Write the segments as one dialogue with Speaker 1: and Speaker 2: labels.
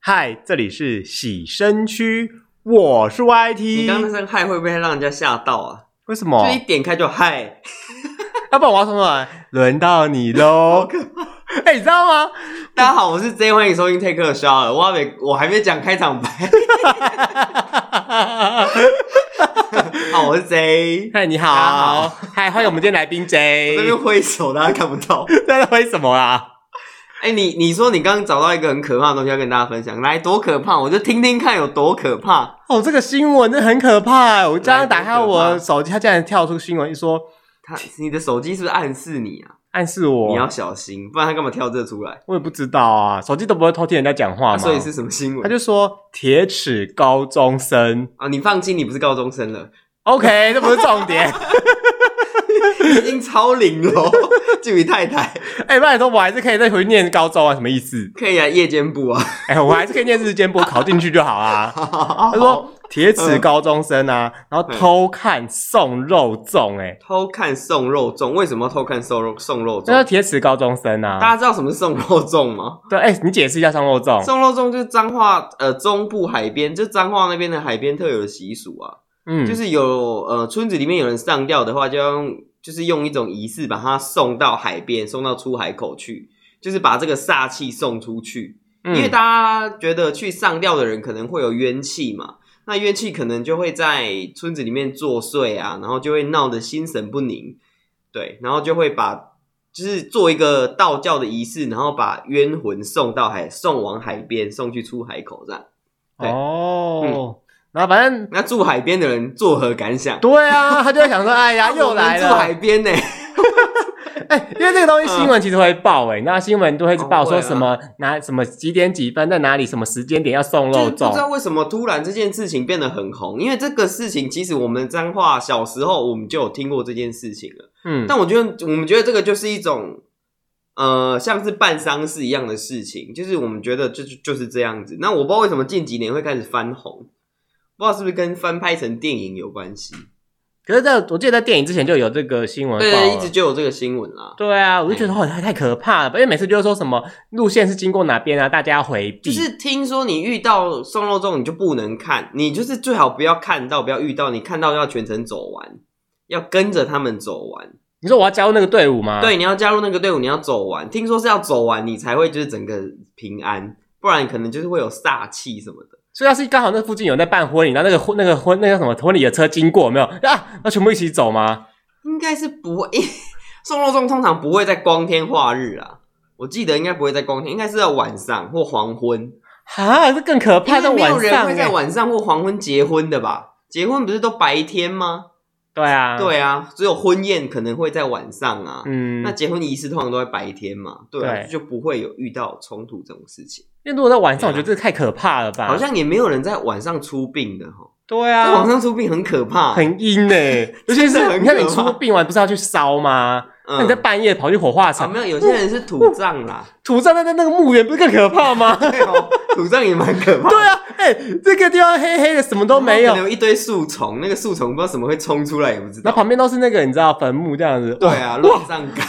Speaker 1: 嗨，这里是洗身区，我是 YT。
Speaker 2: 你刚刚那声嗨会不会让人家吓到啊？
Speaker 1: 为什么
Speaker 2: 就？一点开就嗨，
Speaker 1: 要不然我要从头来，轮到你喽。哎、你知道 吗？
Speaker 2: 大家好，我是 J，欢迎收听 Take a Shower。我还啊没我还没讲开场白。 好，我是 J，
Speaker 1: 嗨，你
Speaker 2: 大家
Speaker 1: 好，
Speaker 2: 好
Speaker 1: 嗨，欢迎我们今天来宾 J
Speaker 2: 我这。边挥手大家看不到。
Speaker 1: 在那为什么啊啦？
Speaker 2: 哎、你你说你刚刚找到一个很可怕的东西要跟大家分享，来多可怕，我就听听看有多可怕。
Speaker 1: 哦，这个新闻真的很可怕。我刚刚打开
Speaker 2: 来
Speaker 1: 我
Speaker 2: 多可怕
Speaker 1: 手机，它竟然跳出新闻，一说
Speaker 2: 他你的手机是不是暗示你啊？
Speaker 1: 暗示
Speaker 2: 你要
Speaker 1: 我，
Speaker 2: 小心，不然他干嘛跳这出来？
Speaker 1: 我也不知道啊，手机都不会偷听人家讲话
Speaker 2: 啊、
Speaker 1: 嘛。
Speaker 2: 所以是什么新
Speaker 1: 他
Speaker 2: 闻？
Speaker 1: 就说铁齿高中生。
Speaker 2: 啊，你放心，你不是高中生了，
Speaker 1: OK，这不是重点。
Speaker 2: 你已经超龄了， 就你太太
Speaker 1: 哎、不然你说我还是可以再回去念高中啊，什么意思？
Speaker 2: 可以啊，夜间部啊。
Speaker 1: 哎、我还是可以念日间部，考进去就好啦。
Speaker 2: 他
Speaker 1: 他说铁齿高中生啊，然后
Speaker 2: 嗯
Speaker 1: 偷看送肉粽、哎，
Speaker 2: 偷看送肉粽，为什么要偷看送肉送肉
Speaker 1: 那叫
Speaker 2: 粽？
Speaker 1: 铁齿高中生
Speaker 2: 大
Speaker 1: 啊。
Speaker 2: 家知道什么是送肉粽吗？
Speaker 1: 对，哎、你解释一下送肉粽。
Speaker 2: 送肉粽就是彰化呃中部海边，就彰化那边的海边特有的习俗啊，
Speaker 1: 嗯，
Speaker 2: 就是有呃村子里面有人上吊的话，就要用就是用一种仪式把它送到海边，送到出海口去，就是把这个煞气送出去。
Speaker 1: 嗯
Speaker 2: 因为大家觉得去上吊的人可能会有冤气嘛，那冤气可能就会在村子里面作祟啊，然后就会闹得心神不宁，对，然后就会把就是做一个道教的仪式，然后把冤魂送到海，送往海边，送去出海口这样。对嗯
Speaker 1: 哦，然后反正
Speaker 2: 那住海边的人作何感想？
Speaker 1: 对啊，他就会想说，哎呀，又来
Speaker 2: 我们住海
Speaker 1: 了。
Speaker 2: 边呢、
Speaker 1: 哎、因为这个东西新闻其实会报、哎、那新闻都会一直报
Speaker 2: 哦会
Speaker 1: 说
Speaker 2: 啊
Speaker 1: 什么、哪什么几点几分在哪里什么时间点要送
Speaker 2: 就是
Speaker 1: 肉
Speaker 2: 不知道
Speaker 1: 粽。
Speaker 2: 为什么突然这件事情变得很红，因为这个事情其实我们彰化小时候我们就有听过这件事情了。
Speaker 1: 嗯，
Speaker 2: 但我觉得，我们觉得这个就是一种，呃，像是办丧事一样的事情，就是我们觉得就就就是这样子。那我不知道为什么近几年会开始翻红，不知道是不是跟翻拍成电影有关系。
Speaker 1: 可是在我记得在电影之前就有这个新闻报
Speaker 2: 对，一
Speaker 1: 了
Speaker 2: 直。就有这个新闻啦。
Speaker 1: 对啊，我就觉得哇，太太可怕了吧，因为每次就是说什么路线是经过哪边啊，大家要回避。
Speaker 2: 就是听说你遇到送肉粽，你就不能看，你就是最好不要看到，不要遇到，你看到要全程走完，要跟着他们走完。
Speaker 1: 你说我要加入那个队伍吗？，
Speaker 2: 对，你要加入那个队伍，你要走完。听说是要走完，你才会就是整个平安，不然可能就是会有煞气什么的。
Speaker 1: 所以要是刚好那附近有人在办婚礼，然后那个婚那个婚那个什么婚礼的车经过，有没有啊？那全部一起走吗？
Speaker 2: 应该是不会，送肉粽通常不会在光天化日啊。我记得应该不会在光天，应该是在晚上或黄昏。
Speaker 1: 啊，这更可怕，
Speaker 2: 因
Speaker 1: 在
Speaker 2: 为没有
Speaker 1: 晚
Speaker 2: 人
Speaker 1: 上
Speaker 2: 会在
Speaker 1: 欸。
Speaker 2: 晚上或黄昏结婚的吧？结婚不是都白天吗？
Speaker 1: 对啊，，
Speaker 2: 对啊，只有婚宴可能会在晚上啊。
Speaker 1: 嗯，
Speaker 2: 那结婚仪式通常都在白天嘛，对啊，
Speaker 1: 对
Speaker 2: 就不会有遇到冲突这种事情。
Speaker 1: 因为如果在晚上，我觉得这个太可怕了吧？
Speaker 2: 啊好像也没有人在晚上出殡的哈，
Speaker 1: 对
Speaker 2: 在晚
Speaker 1: 啊，
Speaker 2: 上出殡很可怕。
Speaker 1: 很阴呢、 尤其
Speaker 2: 真
Speaker 1: 是
Speaker 2: 的很
Speaker 1: 你看你
Speaker 2: 可怕
Speaker 1: 出殡完不是要去烧吗？
Speaker 2: 嗯
Speaker 1: 那你在半夜跑去火化
Speaker 2: 啊
Speaker 1: 场，
Speaker 2: 没有，有些人是土葬 啦，
Speaker 1: 土葬在在那个墓园，不是更可怕吗？
Speaker 2: 对哦，土葬也蛮可怕的。
Speaker 1: 对啊，哎、这个地方黑黑的，什么都没有
Speaker 2: 可能，有一堆树丛，那个树丛不知道什么会冲出来，也不知
Speaker 1: 那
Speaker 2: 道。
Speaker 1: 旁边都是那个你知道坟墓这样子，
Speaker 2: 对啊，乱葬岗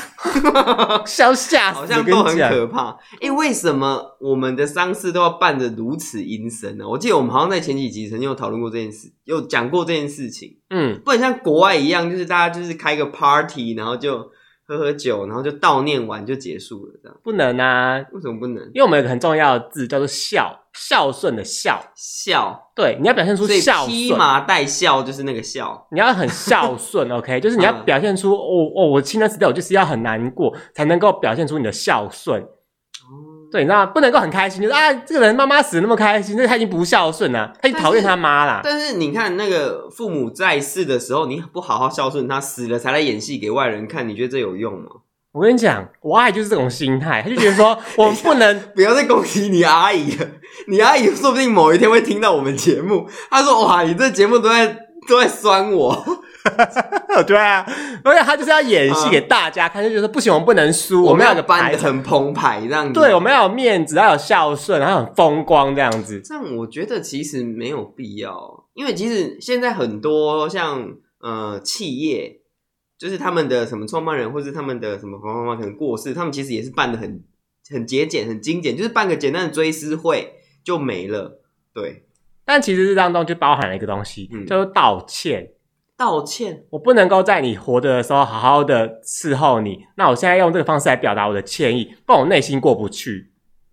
Speaker 1: 哇，吓吓死！
Speaker 2: 好
Speaker 1: 我
Speaker 2: 像
Speaker 1: 跟
Speaker 2: 都
Speaker 1: 你
Speaker 2: 很
Speaker 1: 讲，
Speaker 2: 可怕。哎、为什么我们的丧事都要办得如此阴森呢？我记得我们好像在前几集曾经有讨论过这件事，有讲过这件事情。
Speaker 1: 嗯，
Speaker 2: 不能像国外一样，就是大家就是开个 party，然后就喝喝酒，然后就悼念完就结束了，这样
Speaker 1: 不能啊，
Speaker 2: 为什么不能
Speaker 1: 因为我们有个很重要的字叫做孝，孝顺的孝。
Speaker 2: 笑？
Speaker 1: 对，你要表现出
Speaker 2: 所以
Speaker 1: 孝
Speaker 2: 披
Speaker 1: 顺，
Speaker 2: 麻戴孝就是那个孝。
Speaker 1: 你要很孝 顺，OK，就是你要
Speaker 2: 嗯
Speaker 1: 表现出哦哦，我亲人死掉，我就是要很难过，才能够表现出你的孝顺。
Speaker 2: 哦
Speaker 1: 对，你知道吗不能够很开心，就是啊，这个人妈妈死得那么开心，那他已经不孝顺了，他已经讨厌他妈啦。
Speaker 2: 但是你看，那个父母在世的时候，你不好好孝顺他，死了才来演戏给外人看，你觉得这有用吗？
Speaker 1: 我跟你讲，我爱就是这种心态，他就觉得 说我们不能
Speaker 2: 不要再攻击你阿姨了，你阿姨说不定某一天会听到我们节目，她说：“哇，你这节目都在都在酸我，
Speaker 1: 对啊，而且他就是要演戏给大家看，就觉得不行，我们不能输，我们
Speaker 2: 嗯们
Speaker 1: 要
Speaker 2: 要
Speaker 1: 有个
Speaker 2: 办
Speaker 1: 牌
Speaker 2: 的
Speaker 1: 子，
Speaker 2: 很澎湃，这样子。”
Speaker 1: 对，我们要有面子，要有孝顺，然后很风光这样子。
Speaker 2: 这样我觉得其实没有必要，因为其实现在很多像呃企业，就是他们的什么创办人或是他们的什么爸爸妈妈可能过世，他们其实也是办的很很节俭、很精简，就是办个简单的追思会，就没了。对，
Speaker 1: 但其实这当中就包含了一个东西，
Speaker 2: 嗯
Speaker 1: 叫做道歉。
Speaker 2: 道歉，
Speaker 1: 我不能够在你活着的时候好好的伺候你，那我现在用这个方式来表达我的歉意，不然我内心过不去。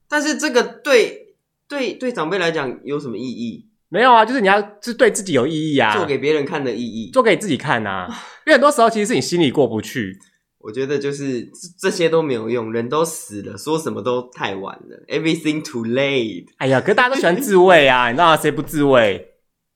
Speaker 2: 但是这个对对对长辈来讲有什么意义？
Speaker 1: 没有啊，就是你要是对自己有意义啊，
Speaker 2: 做给别人看的意义，
Speaker 1: 做给自己看啊。因为很多时候其实是你心里过不去，
Speaker 2: 我觉得就是这这些都没有用，人都死了，说什么都太晚了，everything too late。
Speaker 1: 哎呀，可是大家都喜欢自慰啊，你知道吗谁不自慰？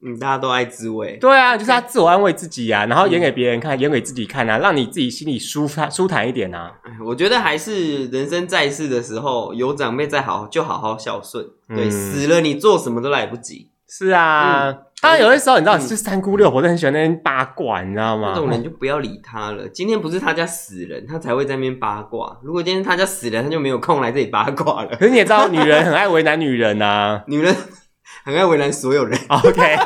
Speaker 2: 嗯，大家都爱自慰，
Speaker 1: 对啊，就是要自我安慰自己啊，然后演给别人
Speaker 2: 嗯
Speaker 1: 看，演给自己看啊，让你自己心里舒坦舒坦一点啊。
Speaker 2: 哎我觉得还是人生在世的时候，有长辈在好，就好好孝顺。对，
Speaker 1: 嗯
Speaker 2: 死了你做什么都来不及，
Speaker 1: 是啊，
Speaker 2: 嗯
Speaker 1: 当然有些时候你知道，
Speaker 2: 嗯
Speaker 1: 是三姑六婆都很喜欢那边八卦，你知道吗？
Speaker 2: 那种人就不要理他了。今天不是他家死人，他才会在那边八卦。如果今天他家死人，他就没有空来这里八卦了。
Speaker 1: 可是你也知道，女人很爱为难女人啊。
Speaker 2: 女人很爱为难所有人，
Speaker 1: OK，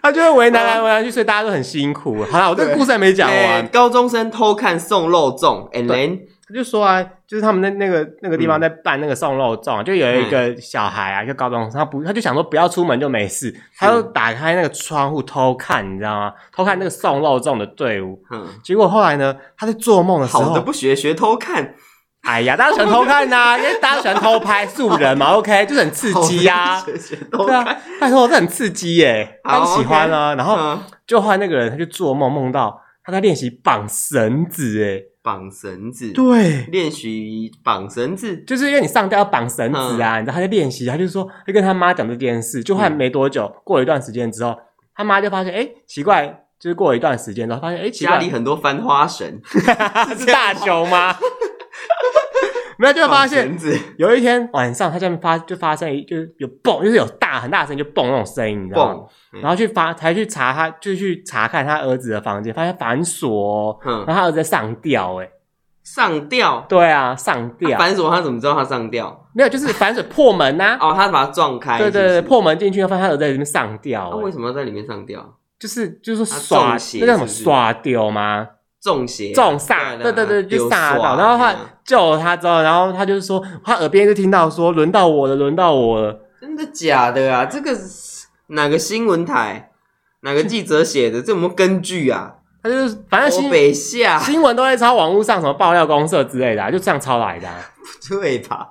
Speaker 1: 他就会为难
Speaker 2: 啊
Speaker 1: 来为难去，所以大家都很辛苦。好了，我这个故事还没讲
Speaker 2: 哎
Speaker 1: 完，
Speaker 2: 高中生偷看送肉粽
Speaker 1: 啊
Speaker 2: ，and 哎
Speaker 1: 对
Speaker 2: then
Speaker 1: 他就说啊，就是他们那那个那个
Speaker 2: 嗯
Speaker 1: 地方在办那个送肉粽啊，就有一个小孩啊，一个高中生，他不他就想说不要出门就没事，他就打开那个窗户偷看，你知道吗？偷看那个送肉粽的队伍。
Speaker 2: 嗯，
Speaker 1: 结果后来呢，他在做梦的时
Speaker 2: 好的
Speaker 1: 候，
Speaker 2: 不学，学偷看，
Speaker 1: 哎呀，大家喜欢偷看呐、因为大家喜欢偷拍素人嘛，OK，就是很刺激呀、
Speaker 2: 好的不学学偷
Speaker 1: 对
Speaker 2: 看
Speaker 1: 啊。，拜托，这很刺激耶，
Speaker 2: 好
Speaker 1: 他喜欢啊。然后
Speaker 2: 嗯
Speaker 1: 就后来那个人，他就做梦梦到他在练习绑绳子，哎，
Speaker 2: 绑绳子，
Speaker 1: 对，
Speaker 2: 练习绑绳子，
Speaker 1: 就是因为你上吊要绑绳子
Speaker 2: 嗯
Speaker 1: 啊，你知道他在练习，他就说他跟他妈讲这件事，就后来没多久，过了一段时间之后，他妈就发现，哎，奇怪，就是过了一段时间之后，发现，哎，奇
Speaker 2: 家
Speaker 1: 怪，
Speaker 2: 里很多翻花绳，
Speaker 1: 是大熊 吗？没有，就发现
Speaker 2: 绑绳子
Speaker 1: 有一天晚上，他这样发就发生一就是有蹦，就是有大很大声就蹦那种声音，你知道吗
Speaker 2: 蹦？，嗯
Speaker 1: 然后去发才去查他，就去查看他儿子的房间，发现反锁哦、
Speaker 2: 嗯
Speaker 1: 然后他儿子在上吊、欸，哎，
Speaker 2: 上吊，
Speaker 1: 对啊，上吊，
Speaker 2: 反锁他怎么知道他上吊？
Speaker 1: 没有，就是反锁破门啊呐、
Speaker 2: 哦，他把它撞开，
Speaker 1: 对对
Speaker 2: 是
Speaker 1: 对，
Speaker 2: 不是
Speaker 1: 破门进去，发现他儿子在里面上吊、
Speaker 2: 那
Speaker 1: 欸
Speaker 2: 为什么要在里面上吊？
Speaker 1: 就是就是
Speaker 2: 他
Speaker 1: 耍
Speaker 2: 中邪
Speaker 1: 那叫什么
Speaker 2: 是不是
Speaker 1: 耍丢吗？
Speaker 2: 中邪，啊
Speaker 1: 中煞，对对对，就
Speaker 2: 杀
Speaker 1: 煞到，然后他救了他之后，然后他就是说，他耳边就听到说轮到我了，轮到我了，
Speaker 2: 真的假的啊？这个是哪个新闻台？哪个记者写的？这有没有根据啊？
Speaker 1: 他就是反正
Speaker 2: 欧
Speaker 1: 新
Speaker 2: 北下，
Speaker 1: 新闻都在抄网络上什么爆料公社之类的、啊，就这样抄来的、啊。
Speaker 2: 对吧？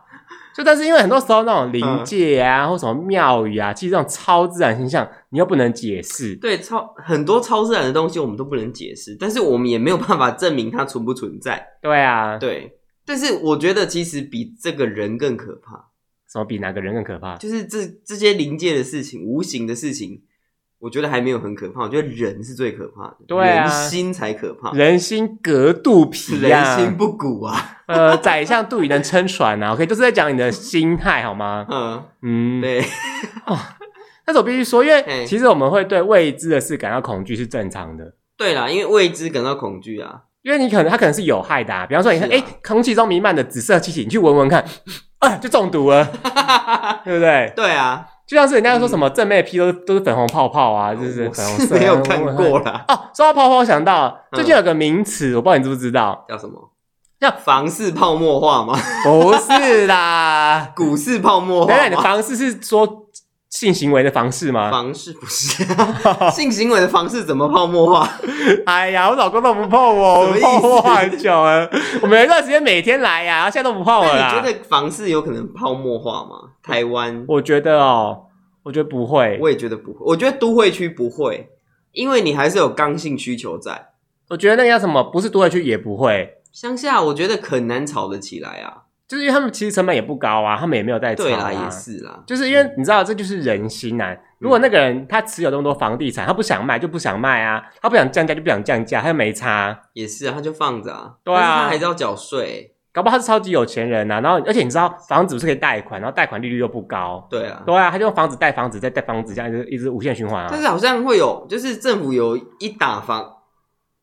Speaker 1: 就但是因为很多时候那种灵界啊，或什么庙宇啊，其实这种超自然现象，你又不能解释。
Speaker 2: 对，超很多超自然的东西我们都不能解释，但是我们也没有办法证明它存不存在。
Speaker 1: 对啊，
Speaker 2: 对，但是我觉得其实比这个人更可怕，
Speaker 1: 什么比哪个人更可怕？
Speaker 2: 就是这这些临界的事情、无形的事情，我觉得还没有很可怕。我觉得人是最可怕的，
Speaker 1: 对啊
Speaker 2: 人心才可怕，
Speaker 1: 人心隔肚皮
Speaker 2: 人
Speaker 1: 呀、
Speaker 2: 心不古啊。
Speaker 1: 呃，宰相肚里能撑船啊。OK，就是在讲你的心态好吗？
Speaker 2: 嗯，
Speaker 1: 嗯，。
Speaker 2: 对，
Speaker 1: 但是我必须说，因
Speaker 2: 嘿
Speaker 1: 为其实我们会对未知的事感到恐惧是正常的，
Speaker 2: 对啦，因为未知感到恐惧啊。
Speaker 1: 因为你可能它可能是有害的、啊。比方说，你看，
Speaker 2: 是
Speaker 1: 哎、
Speaker 2: 啊
Speaker 1: 空气中弥漫的紫色气体，你去闻闻看， 啊，就中毒 了，对不对？
Speaker 2: 对啊，
Speaker 1: 就像是人家说什么正妹的 P 都都是粉红泡泡啊，就是
Speaker 2: 我
Speaker 1: 粉红色啊、
Speaker 2: 嗯 没有
Speaker 1: 我
Speaker 2: 看
Speaker 1: 我
Speaker 2: 过啦。
Speaker 1: 哦，说到泡泡，我想到
Speaker 2: 嗯
Speaker 1: 最近有个名词，我不知道你知不知道？
Speaker 2: 叫什么？
Speaker 1: 叫
Speaker 2: 房市泡沫化吗？，
Speaker 1: 不是啦
Speaker 2: 股市泡
Speaker 1: 等
Speaker 2: 沫
Speaker 1: 等，
Speaker 2: 化
Speaker 1: 你的
Speaker 2: 吗？
Speaker 1: 房式是说性行为的房式吗？
Speaker 2: 房市不是啊 性行为的房市怎么泡沫化？
Speaker 1: 哎呀，我老公都不碰我，
Speaker 2: 什么
Speaker 1: 我
Speaker 2: 意思
Speaker 1: 泡沫化很久了。我们有一段时间每天来呀、现在都不碰我
Speaker 2: 那
Speaker 1: 啦。
Speaker 2: 你觉得房市有可能泡沫化吗？台湾
Speaker 1: 我觉得哦，我觉得哦不会，我
Speaker 2: 我也觉得不会，我觉得都会区不会，因为你还是有刚性需求在。
Speaker 1: 觉得那个叫什么，不是都会去也不会，
Speaker 2: 乡下我觉得很难吵得起来啊。
Speaker 1: 就是因为他们其实成本也不高啊，他们也没有在炒
Speaker 2: 对啦，
Speaker 1: 啊。
Speaker 2: 也是嗯啦，
Speaker 1: 就是因为你知道，这就是人心啊。如果那个人他持有那么多房地产，他不想卖就不想卖啊，他不想降价就不想降价，他又没差。
Speaker 2: 也是啊，他就放着啊。
Speaker 1: 对啊
Speaker 2: 但是他还是要缴税。
Speaker 1: 搞不好他是超级有钱人呐、啊。然后，而且你知道，房子不是可以贷款，然后贷款利率又不高。
Speaker 2: 对啊，
Speaker 1: 对啊，他就用房子贷房子，再贷房子，这样一直一直无限循环啊。
Speaker 2: 但是好像会有，就是政府有一打房，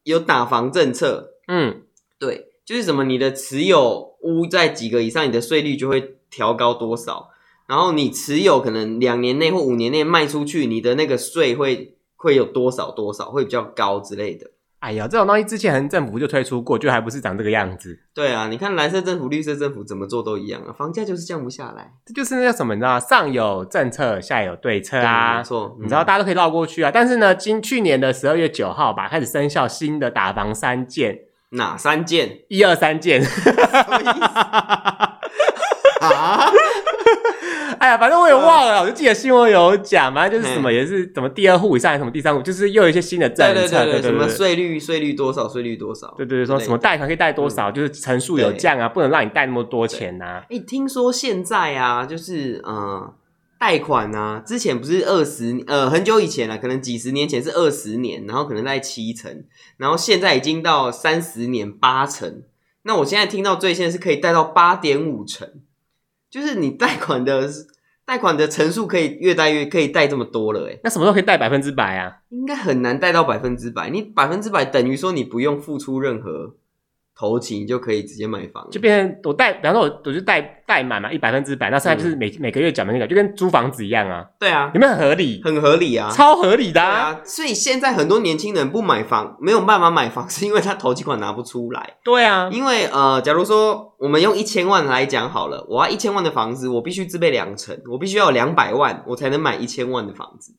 Speaker 2: 有打房政策，
Speaker 1: 嗯，
Speaker 2: 对，就是什么你的持有屋在几个以上，你的税率就会调高多少。然后你持有可能两年内或五年内卖出去，你的那个税会会有多少多少，会比较高之类的。
Speaker 1: 哎呀，这种东西之前政府就推出过，就还不是长这个样子。
Speaker 2: 对啊，你看蓝色政府、绿色政府怎么做都一样啊，房价就是降不下来。
Speaker 1: 这就是那叫什么，你知道吗，上有政策，下有对策啊
Speaker 2: 没。错，
Speaker 1: 你知道
Speaker 2: 嗯
Speaker 1: 大家都可以绕过去啊，但是呢，今去年的十二月九号吧，开始生效新的打房三件，
Speaker 2: 哪三件
Speaker 1: 一二三件。
Speaker 2: 啊？
Speaker 1: 哎呀，反正我也
Speaker 2: 嗯
Speaker 1: 忘了，我就记得新闻有讲，反正就是什么也是什么第二户以上，什么第三户，就是又有一些新的政
Speaker 2: 对对
Speaker 1: 策，
Speaker 2: 对
Speaker 1: 对
Speaker 2: 对，什么
Speaker 1: 对
Speaker 2: 税率、税率多少、税率多少？
Speaker 1: 对对对，说什么贷款可以贷多
Speaker 2: 嗯
Speaker 1: 少，就是层数有降啊，不能让你贷那么多钱啊呐。
Speaker 2: 哎、听说现在啊，就是呃，贷款啊，之前不是二十呃很久以前了、可能几十年前是二十年，然后可能在七成，然后现在已经到三十年八成。那我现在听到最现在是可以贷到八点五成，就是你贷款的贷款的层数可以越贷越可以贷这么多了、欸，哎，
Speaker 1: 那什么时候可以贷百分之百啊？
Speaker 2: 应该很难贷到百分之百。你百分之百等于说你不用付出任何头期，你就可以直接买房了，
Speaker 1: 就变成我贷，比方说我我就贷贷满嘛一百分之百，那现在
Speaker 2: 嗯
Speaker 1: 就是每每个月缴每个月缴，就跟租房子一样啊，
Speaker 2: 对啊
Speaker 1: 有，没有很合理？
Speaker 2: 很合理啊。
Speaker 1: 超合理的
Speaker 2: 对
Speaker 1: 啊！
Speaker 2: 啊，所以现在很多年轻人不买房，没有办法买房， 是因为他头期款拿不出来。
Speaker 1: 对啊，
Speaker 2: 因为呃，假如说我们用一千万来讲好了，我要一千万的房子，我必须自备两成，我必须要有两百万，我才能买一千万的房子。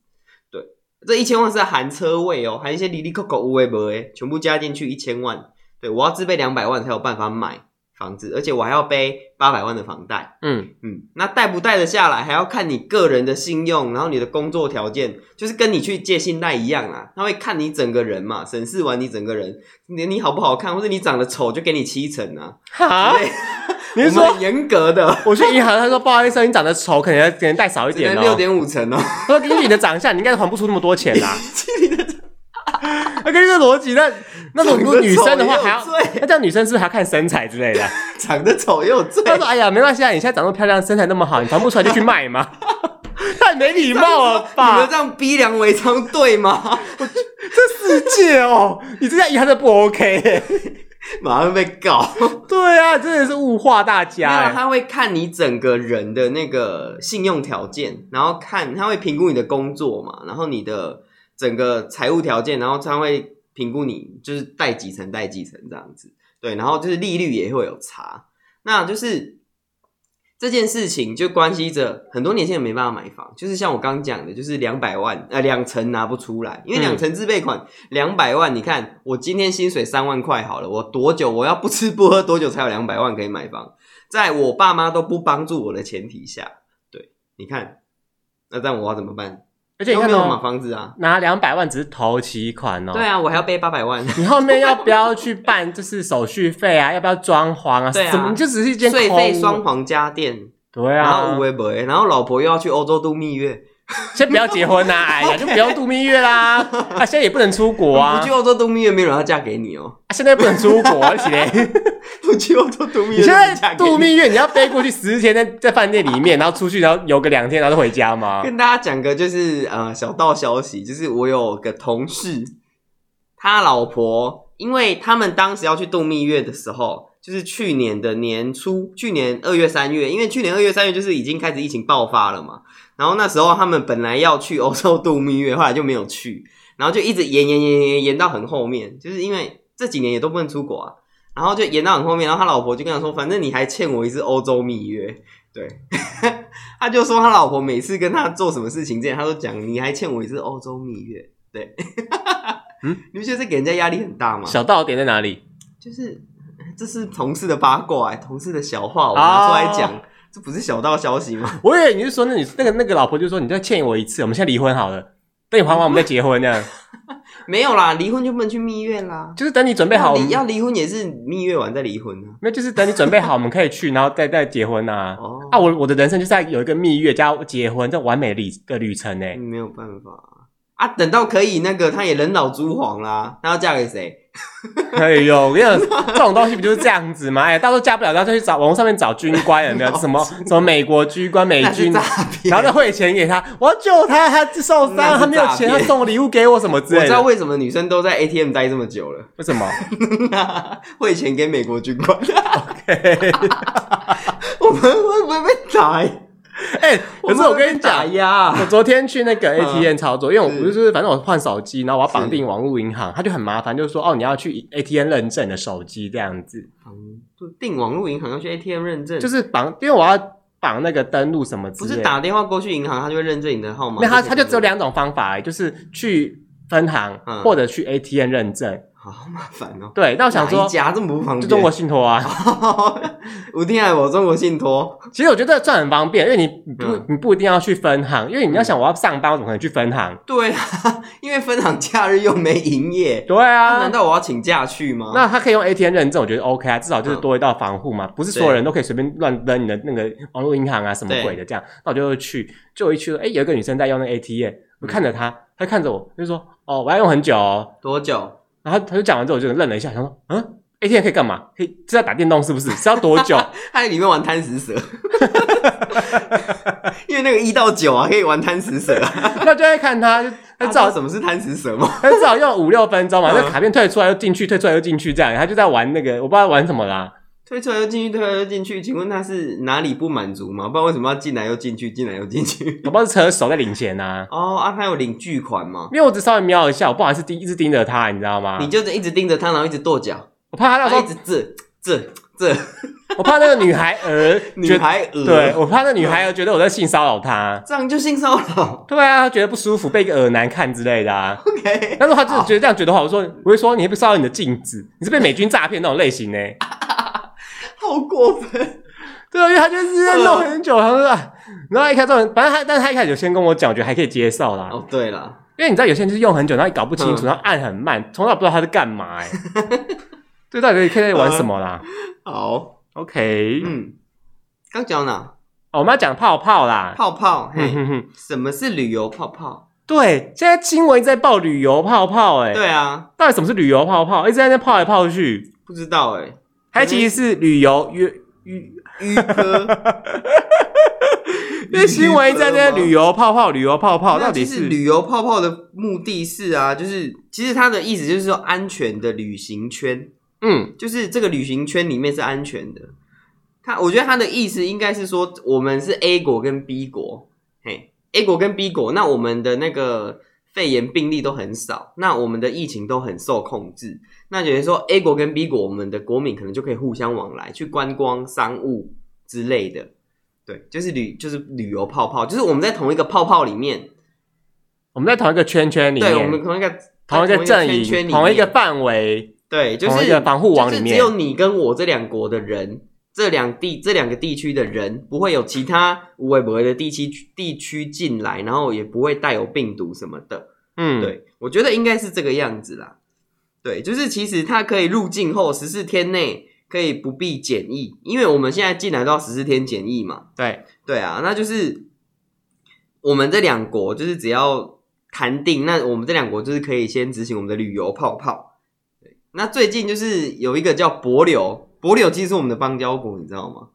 Speaker 2: 对，这一千万是含车位哦，还有一些离离扣扣无为不为，全部加进去一千万。对我要自备两百万才有办法买房子，而且我还要背八百万的房贷。
Speaker 1: 嗯，
Speaker 2: 嗯，那贷不贷得下来，还要看你个人的信用，然后你的工作条件，就是跟你去借信贷一样啊。他会看你整个人嘛，审视完你整个人，你你好不好看，或者你长得丑就给你七成啊。
Speaker 1: 哈，
Speaker 2: 对，
Speaker 1: 你是
Speaker 2: 我
Speaker 1: 说
Speaker 2: 们很严格的，
Speaker 1: 我去银行，他说不好意思，你长得丑，可能可能贷少一
Speaker 2: 只
Speaker 1: 点
Speaker 2: 能
Speaker 1: 哦。
Speaker 2: 六点五成哦。
Speaker 1: 他说：“根据你的长相，你应该还不出那么多钱啊 啦。那根据这逻辑，那那如果女生的话，还要
Speaker 2: 长得丑也有罪
Speaker 1: 那这样女生是不是还要看身材之类的？
Speaker 2: 长得丑又有罪，
Speaker 1: 他说：“哎呀，没关系啊，你现在长那么漂亮，身材那么好，你还不出来就去卖 嘛。”太没礼貌了
Speaker 2: 你们
Speaker 1: 吧！
Speaker 2: 这样逼良为娼对吗？
Speaker 1: 这世界哦，你这样银行真的不 OK 耶、
Speaker 2: 马上被告。
Speaker 1: 对啊，真的是物化大家
Speaker 2: 没
Speaker 1: 哎、
Speaker 2: 有，他会看你整个人的那个信用条件，然后看他会评估你的工作嘛，然后你的整个财务条件，然后他会评估你就是贷几成贷几成这样子，对，然后就是利率也会有差，那就是这件事情就关系着很多年轻人没办法买房，就是像我刚讲的，就是两百万呃两成拿不出来，因
Speaker 1: 嗯
Speaker 2: 为两成自备款两百、0万，你看我今天薪水三万块好了，我多久我要不吃不喝多久才有两百万可以买房？在我爸妈都不帮助我的前提下，对，你看，那这样我要怎么办？
Speaker 1: 而且你
Speaker 2: 又
Speaker 1: 看
Speaker 2: 没有买
Speaker 1: 哦，
Speaker 2: 房子啊？
Speaker 1: 拿两百万只是头期款哦。
Speaker 2: 对啊，我还要背八百万，
Speaker 1: 你后面要不要去办就是手续费啊？ 要不要装潢啊？
Speaker 2: 对啊
Speaker 1: 什么？你就只是一间
Speaker 2: 税
Speaker 1: 空
Speaker 2: 费、
Speaker 1: 屋
Speaker 2: 双簧家电，
Speaker 1: 对
Speaker 2: 然
Speaker 1: 啊
Speaker 2: 后无，为不为，然后老婆又要去欧洲度蜜月，
Speaker 1: 先不要结婚 啦、哎呀，就不要度蜜月啦，啊，现在也不能出国啊
Speaker 2: 不去，欧洲度蜜月没有人要嫁给你哦，
Speaker 1: 啊现在不能出国，而且
Speaker 2: 不去欧洲度蜜
Speaker 1: 你
Speaker 2: 月
Speaker 1: 现
Speaker 2: 都没人嫁
Speaker 1: 在
Speaker 2: 给你，
Speaker 1: 度蜜月，你要飞过去十天在在饭店里面，然后出去，然后游个两天，然后就回家吗？
Speaker 2: 跟大家讲个就是呃小道消息，就是我有个同事，他老婆，因为他们当时要去度蜜月的时候，就是去年的年初，去年二月三月，因为去年二月三月就是已经开始疫情爆发了嘛，然后那时候他们本来要去欧洲度蜜月，后来就没有去，然后就一直延延延延延延到很后面，就是因为这几年也都不能出国啊。然后就延到很后面，然后他老婆就跟他说：“反正你还欠我一次欧洲蜜月。”对， 他就说他老婆每次跟他做什么事情之前，他都讲你还欠我一次欧洲蜜月。对，
Speaker 1: 嗯
Speaker 2: 嗯， 你不觉得这给人家压力很大吗？
Speaker 1: 小到点在哪里？
Speaker 2: 就是这是同事的八卦、欸，同事的小话，我拿出来讲，
Speaker 1: 哦
Speaker 2: 这不是小道消息吗？
Speaker 1: 我以为你是说那你那个那个老婆就说你再欠我一次，我们现在离婚好了，等你还完我们再结婚这
Speaker 2: 哦
Speaker 1: 样，
Speaker 2: 没有啦，离婚就不能去蜜月啦。
Speaker 1: 就是等你准备好，
Speaker 2: 要
Speaker 1: 我
Speaker 2: 离
Speaker 1: 们
Speaker 2: 要离婚也是蜜月完再离婚啊。
Speaker 1: 没有就是等你准备好，我们可以去，然后再再结婚啊。
Speaker 2: 哦，
Speaker 1: 啊，我我的人生就是在有一个蜜月加结婚这完美的旅的旅程哎 呢、
Speaker 2: 没有办法啊，等到可以那个，她也人老珠黄啦，她要嫁给谁？
Speaker 1: 哎呦，我跟你讲，这种东西不就是这样子吗？哎，到时候嫁不了，然后就去找网络上面找军官，有没有？什 么什么美国军官、美
Speaker 2: 那是
Speaker 1: 军
Speaker 2: 诈，骗
Speaker 1: 然后再汇钱给他，我要救他，他受伤，
Speaker 2: 那是
Speaker 1: 他没有
Speaker 2: 诈
Speaker 1: 钱，
Speaker 2: 骗
Speaker 1: 他送我礼物给我什么之
Speaker 2: 我
Speaker 1: 类
Speaker 2: 知道
Speaker 1: 的。
Speaker 2: 为什么女生都在 ATM 待这么久了，
Speaker 1: 为什么？
Speaker 2: 汇钱给 美国军官。我们会不会被打欸？
Speaker 1: 哎、可是我跟你
Speaker 2: 我
Speaker 1: 讲
Speaker 2: 们被打，压
Speaker 1: 我昨天去那
Speaker 2: 嗯
Speaker 1: 个 ATM 操作，因为我不是就是反正我换手机，然后我要绑定网络银行，他就很麻烦，就是说哦，你要去 ATM 认证你的手机这样子，
Speaker 2: 嗯订网络银行要去 ATM 认证，
Speaker 1: 就是绑，因为我要绑那个登录什么之
Speaker 2: 不
Speaker 1: 类的，
Speaker 2: 是打电话过去银行，他就会认证你的号码。
Speaker 1: 没有他他就只有
Speaker 2: 两，
Speaker 1: 两种方法而已，就是去分行、
Speaker 2: 嗯
Speaker 1: 或者去 ATM 认证。
Speaker 2: 好麻烦哦。
Speaker 1: 对，那我
Speaker 2: 我
Speaker 1: 想说，
Speaker 2: 夹这么不方便，
Speaker 1: 就中国信托啊，
Speaker 2: 我听爱我中国信托，
Speaker 1: 其实我觉得算很方便，因为你不、
Speaker 2: 嗯
Speaker 1: 你不一定要去分行，因为你要想我要上班，我怎么可能去分行？
Speaker 2: 对啊， 因为分行假日又没营业，
Speaker 1: 对
Speaker 2: 那
Speaker 1: 啊
Speaker 2: 难。道我要请假去吗？
Speaker 1: 那他可以用 ATM 认证，我觉得 OK 啊，至少就是多一道防护嘛，不是所有人都可以随便乱扔你的那个网络银行啊什么鬼的这样。那我就去，就我一去，哎、有一个女生在用那个 ATM，我看着她，她看着我，就说哦，我要用很久、哦，
Speaker 2: 多久？
Speaker 1: 然后她就讲完之后，我就愣了一下，想说嗯，ATM 可以干嘛？可以是要打电动是不是？是要多久？
Speaker 2: 他在里面玩贪食蛇， 因为那个一到九啊，可以玩贪食 蛇啊。
Speaker 1: 那就在看她，就她
Speaker 2: 他
Speaker 1: 至
Speaker 2: 知
Speaker 1: 少
Speaker 2: 道什么是贪食蛇吗？
Speaker 1: 他至少用五六分钟嘛，
Speaker 2: 嗯
Speaker 1: 那卡片退出来又进去，退出来又进去，这样他就在玩那个，我不知道玩什么啦。
Speaker 2: 推出来又进去，推出来又进去，请问他是哪里不满足吗？不然为什么要进来又进去，进来又进去？
Speaker 1: 我不知道是车手在领钱啊，
Speaker 2: 哦啊，他有领巨款吗？
Speaker 1: 因为我只稍微瞄一下，我不好意思盯，一直盯着他，你知道吗
Speaker 2: 你？就一直盯着他，然后一直跺脚，
Speaker 1: 我怕啊他到
Speaker 2: 然
Speaker 1: 时
Speaker 2: 后一
Speaker 1: 候，
Speaker 2: 直这这这
Speaker 1: 我怕那个女孩儿
Speaker 2: 女
Speaker 1: 觉得，
Speaker 2: 孩鹅，
Speaker 1: 对，我怕那女孩儿觉得我在性骚扰她。
Speaker 2: 这样就性骚扰。
Speaker 1: 对啊，她觉得不舒服，被一个耳男看之类的啊。
Speaker 2: OK，
Speaker 1: 但是她真的觉得这样觉得话，我说我会说你被骚扰你的镜子，你是被美军诈骗那种类型呢、
Speaker 2: 好过分。
Speaker 1: 对啊，因为他就是
Speaker 2: 呃
Speaker 1: 在弄很久，他说，啊然后他一开始弄很，反正他，但是他一开始有先跟我讲，我觉得还可以接受啦。
Speaker 2: 哦，对了。
Speaker 1: 因为你知道有些人就是用很久，然后你搞不清楚，
Speaker 2: 嗯
Speaker 1: 然后按很慢，从来不知道他在干嘛、 欸。对，到底可以在玩什么啦、
Speaker 2: 好，
Speaker 1: o k
Speaker 2: 嗯，刚讲哪？
Speaker 1: 哦我们要讲泡泡啦。
Speaker 2: 泡泡，
Speaker 1: 嗯
Speaker 2: 嘿，
Speaker 1: 哼哼，
Speaker 2: 什么是旅游泡泡？
Speaker 1: 对，现在新闻一直在报旅游泡泡、欸，哎，
Speaker 2: 对啊，
Speaker 1: 到底什么是旅游泡泡？一直在那泡来泡去，
Speaker 2: 不知道哎，
Speaker 1: 还其实是旅游约约，
Speaker 2: 鱼科
Speaker 1: 因为新闻一直在 那旅游泡泡，旅游泡泡
Speaker 2: 那
Speaker 1: 到底
Speaker 2: 其实旅游泡泡的目的是啊，就是其实它的意思就是说安全的旅行圈，
Speaker 1: 嗯
Speaker 2: 就是这个旅行圈里面是安全的。它，我觉得它的意思应该是说，我们是 A 国跟 B 国，嘿，A 国跟 B 国，那我们的那个肺炎病例都很少，那我们的疫情都很受控制，那等于说 A 国跟 B 国，我们的国民可能就可以互相往来，去观光、商务之类的，对，就是旅就是旅游泡泡，就是我们在同一个泡泡里面，
Speaker 1: 我们在同一个圈圈里面，
Speaker 2: 对，我们同一个
Speaker 1: 同一个阵营，
Speaker 2: 圈圈里面
Speaker 1: 同一个范围，
Speaker 2: 对，就是
Speaker 1: 同一个防护网里面
Speaker 2: 就是只有你跟我这两国的人，这两地这两个地区的人，不会有其他无为不为的地区地区进来，然后也不会带有病毒什么的。
Speaker 1: 嗯，，
Speaker 2: 对，我觉得应该是这个样子啦。对，就是其实它可以入境后十四天内可以不必检疫，因为我们现在进来都要十四天检疫嘛。
Speaker 1: 对，
Speaker 2: 对啊，那就是我们这两国就是只要谈定，那我们这两国就是可以先执行我们的旅游泡泡。对，那最近就是有一个叫帛柳，帛柳其实是我们的邦交国，你知道吗？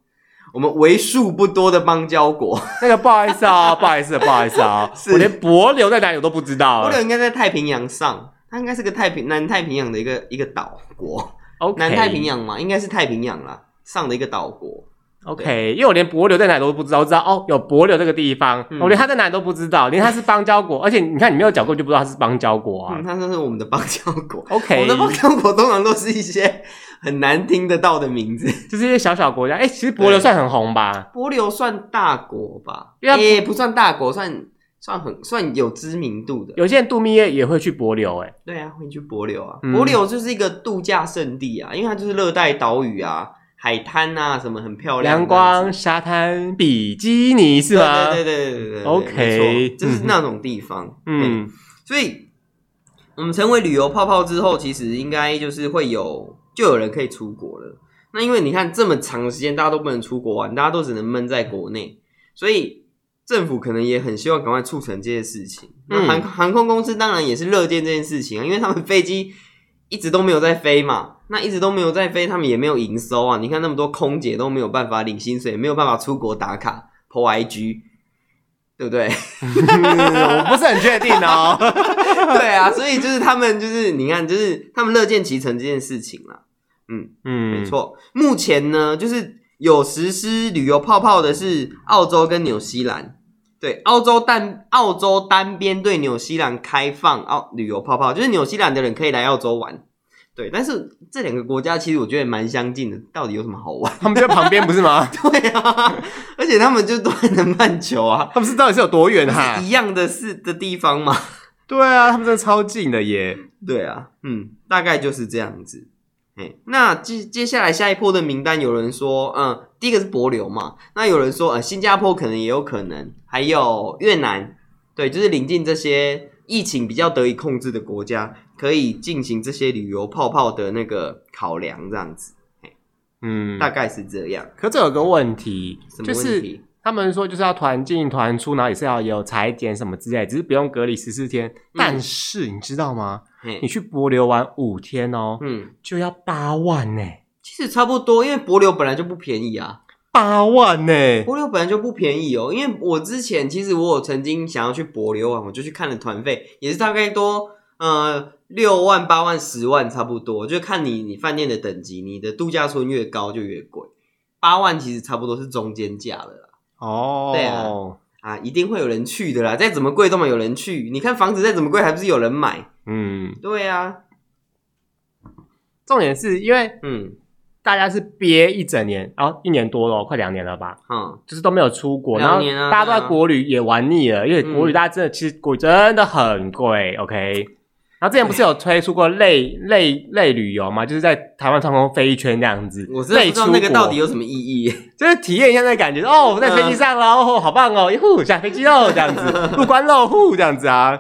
Speaker 2: 我们为数不多的邦交国，
Speaker 1: 那个不好意思啊、不好意思，不好意思啊、
Speaker 2: 是
Speaker 1: 我连帛流在哪里我都不知道
Speaker 2: 帛
Speaker 1: 啊。
Speaker 2: 柳应该在太平洋上，它应该是个太平南太平洋的一个一个岛国，
Speaker 1: OK，
Speaker 2: 南太平洋嘛，应该是太平洋啦上的一个岛国。
Speaker 1: OK，因为我连帛流在哪里都不知道，我知道哦有帛流这个地方，
Speaker 2: 嗯
Speaker 1: 我连它在哪里都不知道，连它是邦交国，而且你看你没有讲过就不知道它是邦交国啊。
Speaker 2: 嗯，它就是我们的邦交国。我
Speaker 1: OK，
Speaker 2: 们的邦交国通常都是一些很难听得到的名字。
Speaker 1: 就是一些小小国家，哎、其实帛流
Speaker 2: 对
Speaker 1: 算很红吧？
Speaker 2: 波流算大国吧？
Speaker 1: 因为它
Speaker 2: 也、不算大国，算算很算有知名度的。
Speaker 1: 有些人度蜜月也会去帛流、哎，
Speaker 2: 对啊，会去波流啊，
Speaker 1: 嗯
Speaker 2: 波流就是一个度假胜地啊，因为它就是热带岛屿啊，海滩啊，什么很漂亮，
Speaker 1: 阳光、沙滩、比基尼是
Speaker 2: 这
Speaker 1: 吗？
Speaker 2: 样子对对对对对对
Speaker 1: OK
Speaker 2: 没错就是
Speaker 1: 嗯
Speaker 2: 那种地方。嗯，
Speaker 1: 嗯，
Speaker 2: 所以我们成为旅游泡泡之后，其实应该就是会有就有人可以出国了。那因为你看这么长的时间，大家都不能出国玩，大家都只能闷在国内，所以政府可能也很希望赶快促成这些事情。那航航空公司当然也是乐见这件事情啊，因为他们飞机一直都没有在飞嘛，那一直都没有在飞，他们也没有营收啊。你看那么多空姐都没有办法领薪水，也没有办法出国打卡 PO IG，对不对？嗯
Speaker 1: 我不是很确定哦。
Speaker 2: 对啊，所以就是他们就是你看，就是他们乐见其成这件事情啦。
Speaker 1: 嗯，
Speaker 2: 没错，目前呢，就是有实施旅游泡泡的是澳洲跟纽西兰。对，澳洲单澳洲单边对纽西兰开放澳旅游泡泡，就是纽西兰的人可以来澳洲玩。对，但是这两个国家其实我觉得蛮相近的，到底有什么好玩？
Speaker 1: 他们就在旁边不是吗？
Speaker 2: 对啊，而且他们就都在南半球啊，
Speaker 1: 他们是到底是有多远哈
Speaker 2: 是？一样的是的地方嘛。
Speaker 1: 对啊，他们真的超近的耶。
Speaker 2: 对啊，嗯，大概就是这样子。哎，那接接下来下一波的名单，有人说，嗯，第一个是帛琉嘛，那有人说，呃，新加坡可能也有可能，还有越南，对，就是临近这些疫情比较得以控制的国家，可以进行这些旅游泡泡的那个考量，这样子，
Speaker 1: 嗯，
Speaker 2: 大概是这样。
Speaker 1: 可这有个问题，
Speaker 2: 什
Speaker 1: 就
Speaker 2: 么问
Speaker 1: 是
Speaker 2: 题？
Speaker 1: 他们说就是要团进团出，然后也是要有裁剪什么之类，只是不用隔离十四
Speaker 2: 嗯
Speaker 1: 天。但是你知道吗？
Speaker 2: 嘿
Speaker 1: 你去博流玩五天哦，
Speaker 2: 嗯，
Speaker 1: 就要八万呢、
Speaker 2: 其实差不多，因为帛琉本来就不便宜啊。
Speaker 1: 八万呢、
Speaker 2: 帛琉本来就不便宜哦，因为我之前其实我有曾经想要去帛琉玩，我就去看了团费，也是大概多呃六万、八万、十万差不多，就看你你饭店的等级，你的度假村越高就越贵。八万其实差不多是中间价了啦，
Speaker 1: 哦，
Speaker 2: 对啊啊，一定会有人去的啦，再怎么贵都没有人去。你看房子再怎么贵，还不是有人买？
Speaker 1: 嗯，
Speaker 2: 对啊，
Speaker 1: 重点是因为
Speaker 2: 嗯
Speaker 1: 大家是憋一整年，啊、一年多了，快两年了吧，
Speaker 2: 嗯，
Speaker 1: 就是都没有出国，然
Speaker 2: 两
Speaker 1: 后
Speaker 2: 年啊
Speaker 1: 大家都在国旅也玩腻了，因为
Speaker 2: 嗯
Speaker 1: 国旅大家真的、其实国旅真的很贵，OK。然后之前不是有推出过类类类旅游嘛，就是在台湾上空飞一圈这样子，
Speaker 2: 我真的不知道那个到底
Speaker 1: 有，
Speaker 2: 有什么意义。
Speaker 1: 就是体验一下那个感觉，哦，我在
Speaker 2: 嗯
Speaker 1: 飞机上了，哦，好棒哦，呼下飞机喽，这 样子，入关喽，呼这样子啊，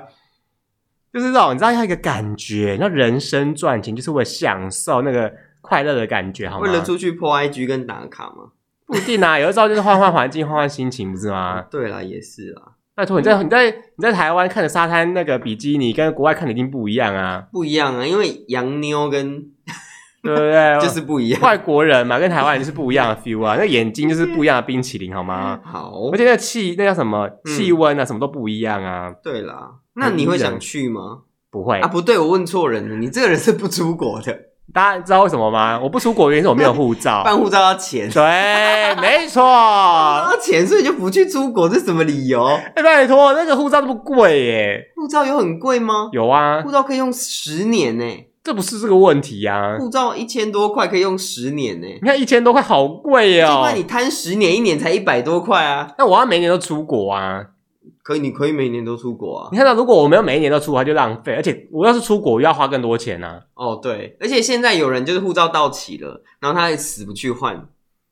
Speaker 1: 就是这种你知道要一个感觉，那人生赚钱就是为了享受那个快乐的感觉，好吗
Speaker 2: 为？了出去破 IG 跟打卡嘛。
Speaker 1: 不一定啊，有的时候就是换换环境，换换心情，不是吗？
Speaker 2: 对啦，也是啦。
Speaker 1: 拜托，你在你在你在台湾看的沙滩那个比基尼，跟国外看的一定不一样啊，
Speaker 2: 不一样啊，因为洋妞跟
Speaker 1: 对不对？
Speaker 2: 就是不一样。
Speaker 1: 外国人嘛，跟台湾人就是不一样的 feel 啊，那眼睛就是不一样的冰淇淋，好吗？
Speaker 2: 好
Speaker 1: 而，且那个气，那叫什么
Speaker 2: 嗯
Speaker 1: 气温啊，什么都不一样啊。
Speaker 2: 对啦，那你会想去吗？
Speaker 1: 不会
Speaker 2: 啊，，不对，我问错人了，你这个人是不出国的，
Speaker 1: 大家知道为什么吗？我不出国原因是我没有护 照。
Speaker 2: 办护照要钱，
Speaker 1: 对，没错。
Speaker 2: 要钱，所以就不去出国，这是什么理由？
Speaker 1: 哎，拜托，那个护照那么贵耶？
Speaker 2: 护照有很贵吗？
Speaker 1: 有啊，
Speaker 2: 护照可以用十年呢、
Speaker 1: 这不是这个问题啊。
Speaker 2: 护照一千多块可以用十年呢、欸，
Speaker 1: 你看一千多块好贵
Speaker 2: 要不
Speaker 1: 哦
Speaker 2: 然。你摊十年，一年才一百多块啊。
Speaker 1: 那我要每年都出国啊。
Speaker 2: 可以，你可以每年都出国啊
Speaker 1: 你。看到，如果我没有每一年都出国，它就浪费。而且我要是出国，我又要花更多钱啊。
Speaker 2: 哦，对，而且现在有人就是护照到期了，然后他也死不去换，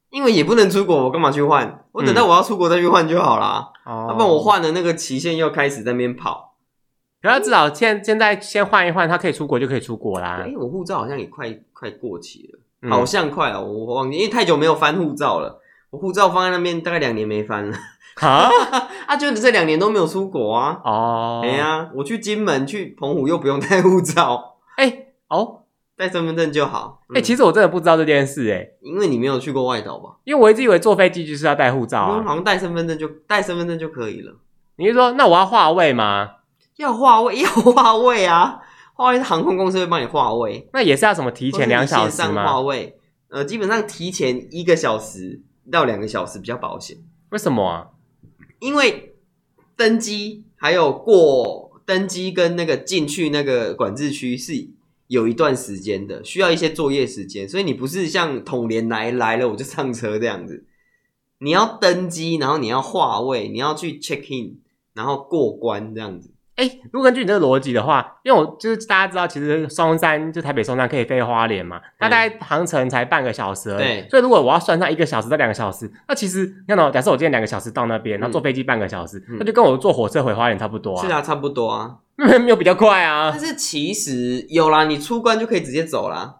Speaker 2: 因为也不能出国，我干嘛去换？我
Speaker 1: 嗯
Speaker 2: 等到我要出国再去换就好啦。
Speaker 1: 哦
Speaker 2: 要、啊不然我，换的那个期限又开始在那边跑。
Speaker 1: 然后至少现现在先换一换，他可以出国就可以出国啦
Speaker 2: 哎、。我护照好像也快快过期了，
Speaker 1: 嗯
Speaker 2: 好像快了，我忘记，因为太久没有翻护照了。我护照放在那边大概两年没翻了，
Speaker 1: 啊，
Speaker 2: 啊，就是这两年都没有出国啊。
Speaker 1: 哦，
Speaker 2: 哎呀、，我去金门、去澎湖又不用带护照，
Speaker 1: 哎，哦，
Speaker 2: 带身份证就好。嗯
Speaker 1: 哎，其实我真的不知道这件事，哎，
Speaker 2: 因为你没有去过外岛吧？
Speaker 1: 因为我一直以为坐飞机就是要带护照
Speaker 2: 嗯，
Speaker 1: 啊。
Speaker 2: 好像带身份证就带身份证就可以了。
Speaker 1: 你是说，那我要划位吗？
Speaker 2: 要划位， 要划位啊！划位是航空公司会帮你划位，
Speaker 1: 那也是要什么提前两小
Speaker 2: 或
Speaker 1: 时
Speaker 2: 是你线上划
Speaker 1: 吗？
Speaker 2: 位，呃，基本上提前一个小时到两个小时比较保险，
Speaker 1: 为什么啊？
Speaker 2: 因为登机还有过登机跟那个进去那个管制区是有一段时间的，需要一些作业时间，所以你不是像统联来来了我就上车这样子，你要登机，然后你要划位，你要去 check in，然后过关这样子。
Speaker 1: 哎，如果根据你这个逻辑的话，因为我就是大家知道，其实松山就台北松山可以飞花莲嘛，那大概航程才半个小时而已。
Speaker 2: 嗯对
Speaker 1: 所以如果我要算上一个小时到两个小时，那其实你看哦到、假设我今天两个小时到那边，然后坐飞机半个小时，
Speaker 2: 嗯
Speaker 1: 那就跟我坐火车回花莲差不多
Speaker 2: 是
Speaker 1: 啊，
Speaker 2: 啊，差不多啊。
Speaker 1: 没有比较快啊
Speaker 2: 但。是其实有啦，你出关就可以直接走啦。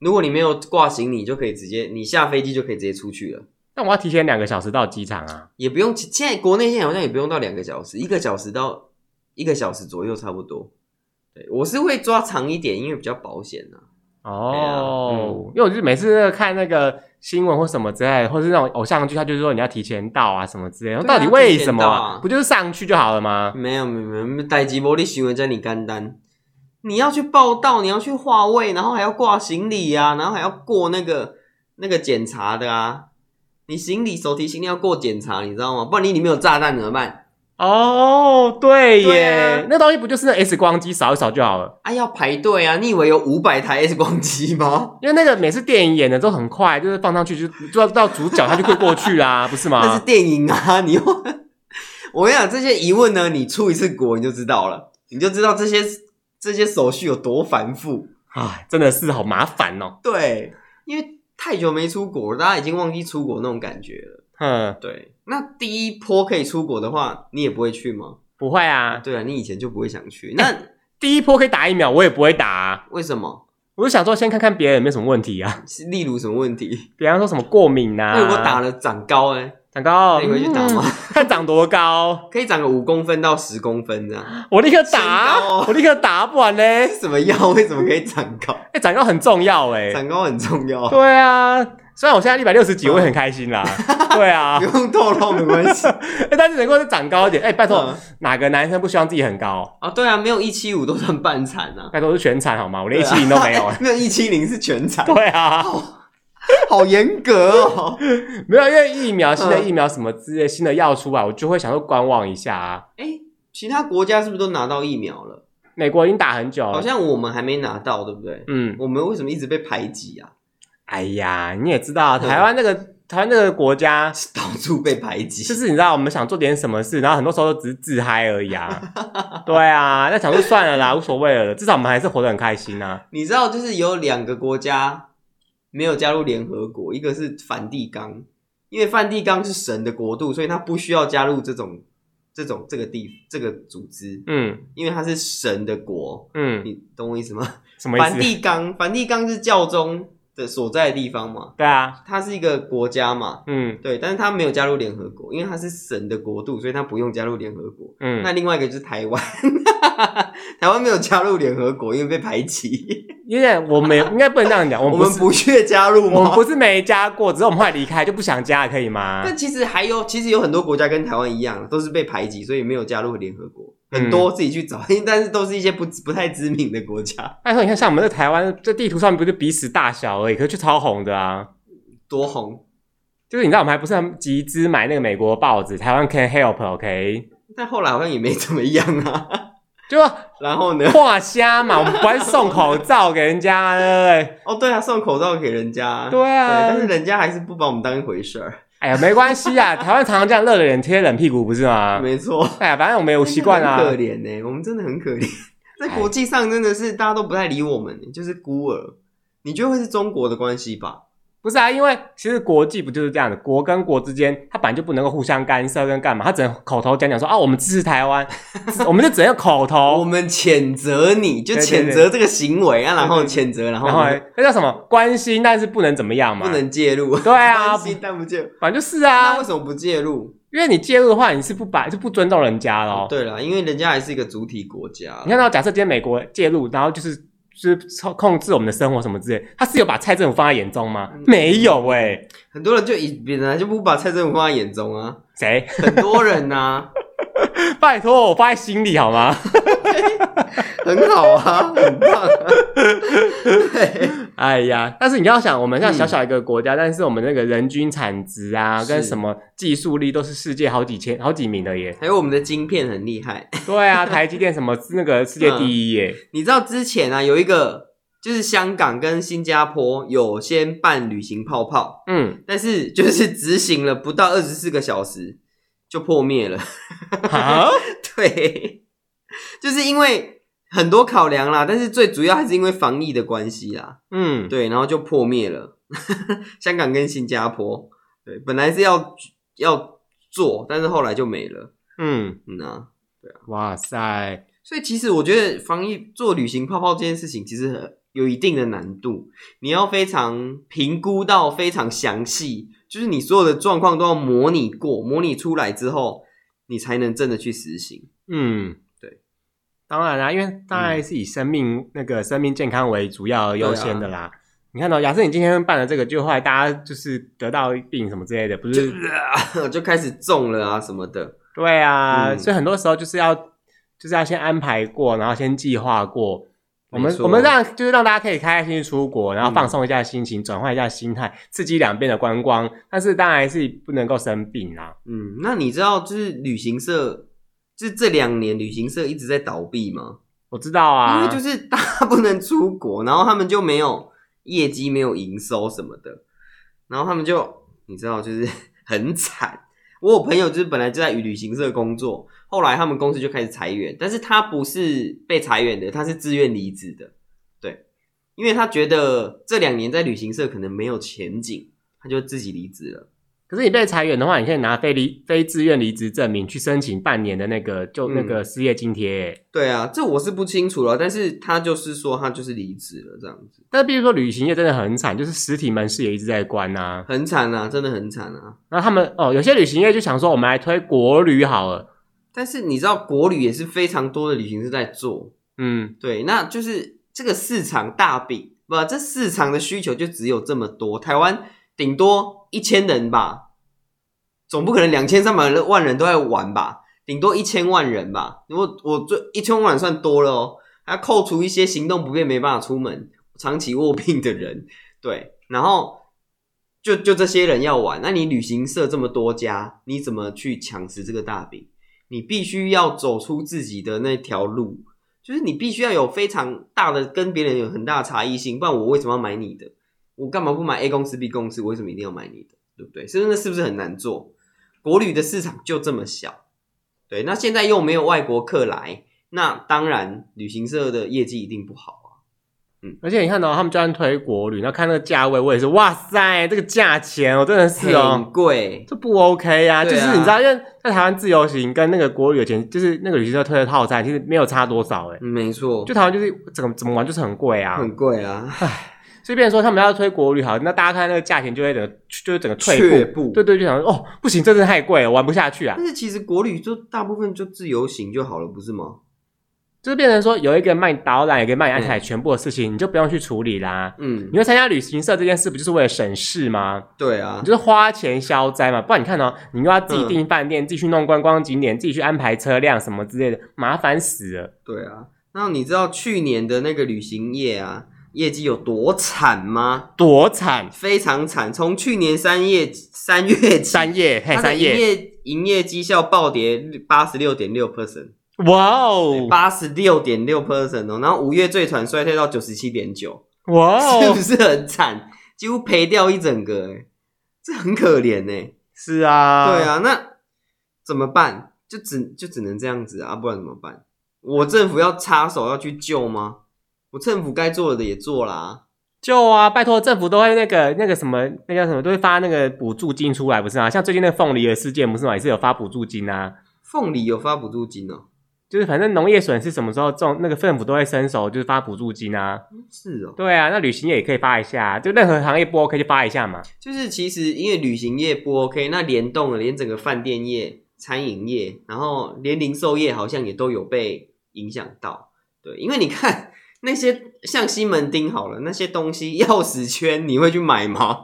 Speaker 2: 如果你没有挂行李，就可以直接你下飞机就可以直接出去了，
Speaker 1: 那我要提前两个小时到机场啊。
Speaker 2: 也不用。现在国内现在好像也不用到两个小时，一个小时到一个小时左右差不多。对，我是会抓长一点，因为比较保险啊。嗯
Speaker 1: 哦，因为我就是每次那个看那个新闻或什么之类的，或是那种偶像剧，他就是说你要提前到啊什么之类的，
Speaker 2: 对啊
Speaker 1: 到底为什么、
Speaker 2: 提前到啊
Speaker 1: 不就是上去就好了吗？
Speaker 2: 没有没有没有，代吉玻璃行为在你干单。你要去报到，你要去划位，然后还要挂行李啊，然后还要过那个那个检查的啊。你行李手提行李要过检查，你知道吗？不然你里面有炸弹怎么办？
Speaker 1: 哦，对耶，
Speaker 2: 对啊
Speaker 1: 那东西不就是那 X 光机扫一扫就好了？
Speaker 2: 啊，要排队啊！你以为有五百台 X 光机吗？
Speaker 1: 因为那个每次电影演的都很快，就是放上去就就到到主角他就会过去 啦，不是
Speaker 2: 那
Speaker 1: 吗
Speaker 2: 是？电影啊！你又， 我跟你讲这些疑问呢，你出一次国你就知道了，你就知道这些这些手续有多繁复。
Speaker 1: 哎，真的是好麻烦哦。
Speaker 2: 对，因为太久没出国了，大家已经忘记出国那种感觉了。
Speaker 1: 哼，
Speaker 2: 对，那第一波可以出国的话，你也不会去吗？
Speaker 1: 不会啊，
Speaker 2: 对啊，你以前就不会想去。那
Speaker 1: 第一波可以打疫苗，我也不会打、啊。
Speaker 2: 为什么？
Speaker 1: 我就想说，先看看别人有没有什么问题啊，
Speaker 2: 是例如什么问题？
Speaker 1: 比方说什么过敏啊。
Speaker 2: 那如果哎打了长高呢？
Speaker 1: 长高，
Speaker 2: 那你会去打吗
Speaker 1: 嗯 看长多高，
Speaker 2: 可以长个五公分到十公分这样？
Speaker 1: 我立刻
Speaker 2: 身高
Speaker 1: 打，
Speaker 2: 哦
Speaker 1: 我立刻打，不然嘞，
Speaker 2: 什么药？为什么可以长高？
Speaker 1: 哎、长高很重要哎、
Speaker 2: 长高很重要，
Speaker 1: 对啊，虽然我现在一百六十几，我也很开心 啦。对啊
Speaker 2: 不，用透露没关 系。
Speaker 1: 哎但是能够再长高一点，哎、拜托、
Speaker 2: 嗯
Speaker 1: 哪个男生不希望自己很高？
Speaker 2: 啊，对啊，没有一七五都算半残啊，
Speaker 1: 拜托是全残好吗？我连一七零都没有、
Speaker 2: 没有一七零是全残，
Speaker 1: 对啊，
Speaker 2: 好严格 哦。
Speaker 1: 没有，因为疫苗、新的
Speaker 2: 嗯
Speaker 1: 疫苗什么之类、新的药出来，我就会想说观望一下啊。
Speaker 2: 哎，其他国家是不是都拿到疫苗了？
Speaker 1: 美国已经打很久
Speaker 2: 好
Speaker 1: 了，
Speaker 2: 像我们还没拿到，对不对？
Speaker 1: 嗯，
Speaker 2: 我们为什么一直被排挤啊？
Speaker 1: 哎呀，你也知道，
Speaker 2: 对
Speaker 1: 台湾那个台湾那个国家，
Speaker 2: 是到处被排挤，
Speaker 1: 就是你知道，我们想做点什么事，然后很多时候都只是自嗨而已啊。对啊，那想说算了啦，无所谓了，至少我们还是活得很开心啊。
Speaker 2: 你知道，就是有两个国家没有加入联合国，一个是梵蒂冈，因为梵蒂冈是神的国度，所以它不需要加入这种这种这个地这个组织，
Speaker 1: 嗯
Speaker 2: 因为它是神的国。
Speaker 1: 嗯，
Speaker 2: 你懂我意 思吗？
Speaker 1: 什么意
Speaker 2: 梵
Speaker 1: 思？
Speaker 2: 蒂冈，梵蒂冈是教宗的所在的地方嘛，
Speaker 1: 对啊，
Speaker 2: 它是一个国家嘛，
Speaker 1: 嗯
Speaker 2: 对，但是它没有加入联合国，因为它是神的国度，所以它不用加入联合国。那
Speaker 1: 嗯，
Speaker 2: 另外一个就是台湾， 台湾没有加入联合国，因为被排挤。
Speaker 1: 因为我们应该不能这样讲，我
Speaker 2: 我
Speaker 1: 们不
Speaker 2: 们
Speaker 1: 是
Speaker 2: 不屑加入
Speaker 1: 我们
Speaker 2: 吗？
Speaker 1: 不是没加过，只是我们后来离开就不想加，可以吗？
Speaker 2: 但其实还有，其实有很多国家跟台湾一样，都是被排挤，所以没有加入联合国。
Speaker 1: 嗯
Speaker 2: 很多自己去找， 但是都是一些不不太知名的国家，
Speaker 1: 拜托，你看像我们在台湾，这地图上面不就彼此大小而已，可是却超红的啊。
Speaker 2: 多红。
Speaker 1: 就是你知道，我们还不是很集资买那个美国报纸《台湾 Can Help》，OK？
Speaker 2: 但后来好像也没怎么样啊。
Speaker 1: 就
Speaker 2: 然后呢？
Speaker 1: 画虾嘛，我们不会送口罩给人家，对不对？
Speaker 2: 哦，对啊，送口罩给人 家。
Speaker 1: 对啊
Speaker 2: 但是人家还是不把我们当一回事儿。
Speaker 1: 哎呀，没关系 啊，台湾常常这样热脸贴冷屁股，不是吗？
Speaker 2: 没错，
Speaker 1: 哎呀，反正我们有习惯啊
Speaker 2: 很。可怜呢、我们真的很可怜，在国际上真的是大家都不太理我们、就是孤儿。你觉得会是中国的关系吧？
Speaker 1: 不是啊，因为其实国际不就是这样的，国跟国之间，它本来就不能够互相干涉跟干嘛，它只能口头讲讲说啊，我们支持台 湾，我们就只能口
Speaker 2: 我
Speaker 1: 头，
Speaker 2: 们谴责你，就
Speaker 1: 哦对对
Speaker 2: 谴责这个行为啊，然后
Speaker 1: 对
Speaker 2: 谴责，然后
Speaker 1: 然后呢那叫什么关心，但是不能怎么样嘛，
Speaker 2: 不能介入。
Speaker 1: 对啊
Speaker 2: 关系但不介入。
Speaker 1: 反正就是
Speaker 2: 那
Speaker 1: 啊
Speaker 2: 为，什么不介入？
Speaker 1: 因为你介入的话，你是不把就不尊重人家咯。
Speaker 2: 对啦，因为人家还是一个主体国家。
Speaker 1: 哦你看到，假设今天美国介入，然后就是就是操控制我们的生活什么之类，他是有把蔡政府放在眼中吗？
Speaker 2: 嗯
Speaker 1: 没有哎、
Speaker 2: 很多人就以本来就不把蔡政府放在眼中啊，
Speaker 1: 谁？
Speaker 2: 很多人啊呐、
Speaker 1: 拜托，我放在心里好吗？
Speaker 2: 很好啊，很棒、啊。 对，
Speaker 1: 哎呀，但是你要想，我们像
Speaker 2: 嗯
Speaker 1: 小小一个国家，但是我们那个人均产值啊，
Speaker 2: 是
Speaker 1: 跟什么技术力都是世界好几千、好几名的耶。
Speaker 2: 还有我们的晶片很厉害。
Speaker 1: 对 啊，台积电什么那个世界第一耶。
Speaker 2: 你知道之前啊，有一个就是香港跟新加坡有先办旅行泡泡，
Speaker 1: 嗯，
Speaker 2: 但是就是执行了不到二十四个小时就破灭了。
Speaker 1: 啊，
Speaker 2: 对，就是因为很多考量啦，但是最主要还是因为防疫的关系啦。
Speaker 1: 嗯，
Speaker 2: 对，然后就破灭了。 香港跟新加坡，对，本来是要要做，但是后来就没了。
Speaker 1: 嗯，
Speaker 2: 嗯啊，
Speaker 1: 哇塞，
Speaker 2: 所以其实我觉得防疫做旅行泡泡这件事情，其实很有一定的难度，你要非常评估到非常详细，就是你所有的状况都要模拟过，模拟出来之后，你才能真的去实行。
Speaker 1: 嗯，
Speaker 2: 对，
Speaker 1: 当然啦、啊因为当然是以生命、那个生命健康为主要优先的啦。你看到、哦假设你今天办了这个，就后来大家就是得到病什么之类的，不？
Speaker 2: 就是就开始中了啊什么的，
Speaker 1: 对啊，
Speaker 2: 嗯
Speaker 1: 所以很多时候就是要就是要先安排过，然后先计划过，我们
Speaker 2: 没错嗯
Speaker 1: 我们让就是让大家可以开开心心出国，然后放松一下心情，转换一下心态，刺激两边的观光。但是当然是不能够生病啊啦。
Speaker 2: 嗯，那你知道就是旅行社，就是这两年旅行社一直在倒闭吗？
Speaker 1: 我知道
Speaker 2: 因
Speaker 1: 啊，
Speaker 2: 为就是 大家不能出国，然后他们就没有业绩、没有营收什么的，然后他们就你知道，就是 很惨。我有朋友就是本来就在与旅行社工作，后来他们公司就开始裁员，但是他不是被裁员的，他是自愿离职的。对，因为他觉得这两年在旅行社可能没有前景，他就自己离职了。
Speaker 1: 可是你被裁员的话，你可以拿非离非自愿离职证明去申请半年的那个就
Speaker 2: 嗯
Speaker 1: 那个失业津贴耶、
Speaker 2: 对啊，这我是不清楚了，但是他就是说他就是离职了，这样子
Speaker 1: 但是比如说旅行业真的很惨，就是实体门市也一直在关呐、
Speaker 2: 很惨啊，真的很惨啊。
Speaker 1: 然后他们哦，有些旅行业就想说我们来推国旅好了，
Speaker 2: 但是你知道国旅也是非常多的旅行社在做，
Speaker 1: 嗯，
Speaker 2: 对，那就是这个市场大比不，这市场的需求就只有这么多，台湾顶多一千人吧，总不可能两千三百万人都在玩吧，顶多一千万人吧。如果我最一千万人算多了哦，还要扣除一些行动不便没办法出门、长期卧病的人，对，然后。就就这些人要玩，那你旅行社这么多家，你怎么去抢食这个大饼？你必须要走出自己的那条路，就是你必须要有非常大的跟别人有很大的差异性，不然我为什么要买你的？我干嘛不买 A 公司 B 公司？我为什么一定要买你的？对不对？所以那是不是很难做？国旅的市场就这么小，对，那现在又没有外国客来，那当然旅行社的业绩一定不好啊。
Speaker 1: 而且你看到、他们居然推国旅，那看那个价位，我也是哇塞，这个价钱我真的是哦
Speaker 2: 很。贵，
Speaker 1: 这不 OK 呀、就
Speaker 2: 对啊
Speaker 1: 是你知道，因为在台湾自由行跟那个国旅的钱，就是那个旅行社推的套餐，其实没有差多少哎、
Speaker 2: 嗯没错，
Speaker 1: 就台湾就是怎么怎么玩就是很贵啊，
Speaker 2: 很贵啊。
Speaker 1: 所以变成说他们要推国旅好，那大家看那个价钱就会整个就是整个
Speaker 2: 却
Speaker 1: 退
Speaker 2: 步
Speaker 1: 步，对对，就想说哦不行，真的太贵了，玩不下去啊。
Speaker 2: 但是其实国旅就大部分就自由行就好了，不是吗？
Speaker 1: 就是变成说有一个人帮你导览，有一个人帮你安排全部的事情，你就不用去处理啦。
Speaker 2: 嗯
Speaker 1: 你，会参加旅行社这件事，不就是为了省事吗？
Speaker 2: 对啊
Speaker 1: 你，就是花钱消灾嘛，不然你看哦，你又要
Speaker 2: 嗯
Speaker 1: 自己订饭店，自己去弄观光景点，自己去安排车辆什么之类的，麻烦死了。
Speaker 2: 对啊，那你知道去年的那个旅行业啊，业绩有多惨吗？
Speaker 1: 多惨！
Speaker 2: 非常惨，从去年三月三月起，
Speaker 1: 三夜，嘿，
Speaker 2: 它的
Speaker 1: 三
Speaker 2: 营
Speaker 1: 夜，
Speaker 2: 业营业绩效暴跌八十六点六 percent，
Speaker 1: 哇哦，
Speaker 2: 八十六点六 percent 哦，然后五月最惨衰退到九十七点九，
Speaker 1: 哇
Speaker 2: 是
Speaker 1: 哦
Speaker 2: 不，是很惨？几乎赔掉一整个、欸，这很可怜呢、欸
Speaker 1: 是啊，
Speaker 2: 对，啊，那怎么办？就只就只能这样子啊，不然怎么办？我政府要插手要去救吗？我政府该做的也做啦、
Speaker 1: 就啊，拜托政府都会那个那个什么，那叫什么，都会发那个补助金出来，不是吗？像最近那个凤梨的事件，不是吗？也是有发补助金啊。
Speaker 2: 凤梨有发补助金哦，
Speaker 1: 就是反正农业损失什么时候种，那个政府都会伸手，就是发补助金啊。
Speaker 2: 是哦，
Speaker 1: 对啊，那旅行业也可以发一下，啊就任何行业不 OK 就发一下嘛。
Speaker 2: 就是其实因为旅行业不 OK，那联动了，连整个饭店业、餐饮业，然后连零售业好像也都有被影响到。对，因为你看 那些像西门町好了，那些东西钥匙圈你会去买吗？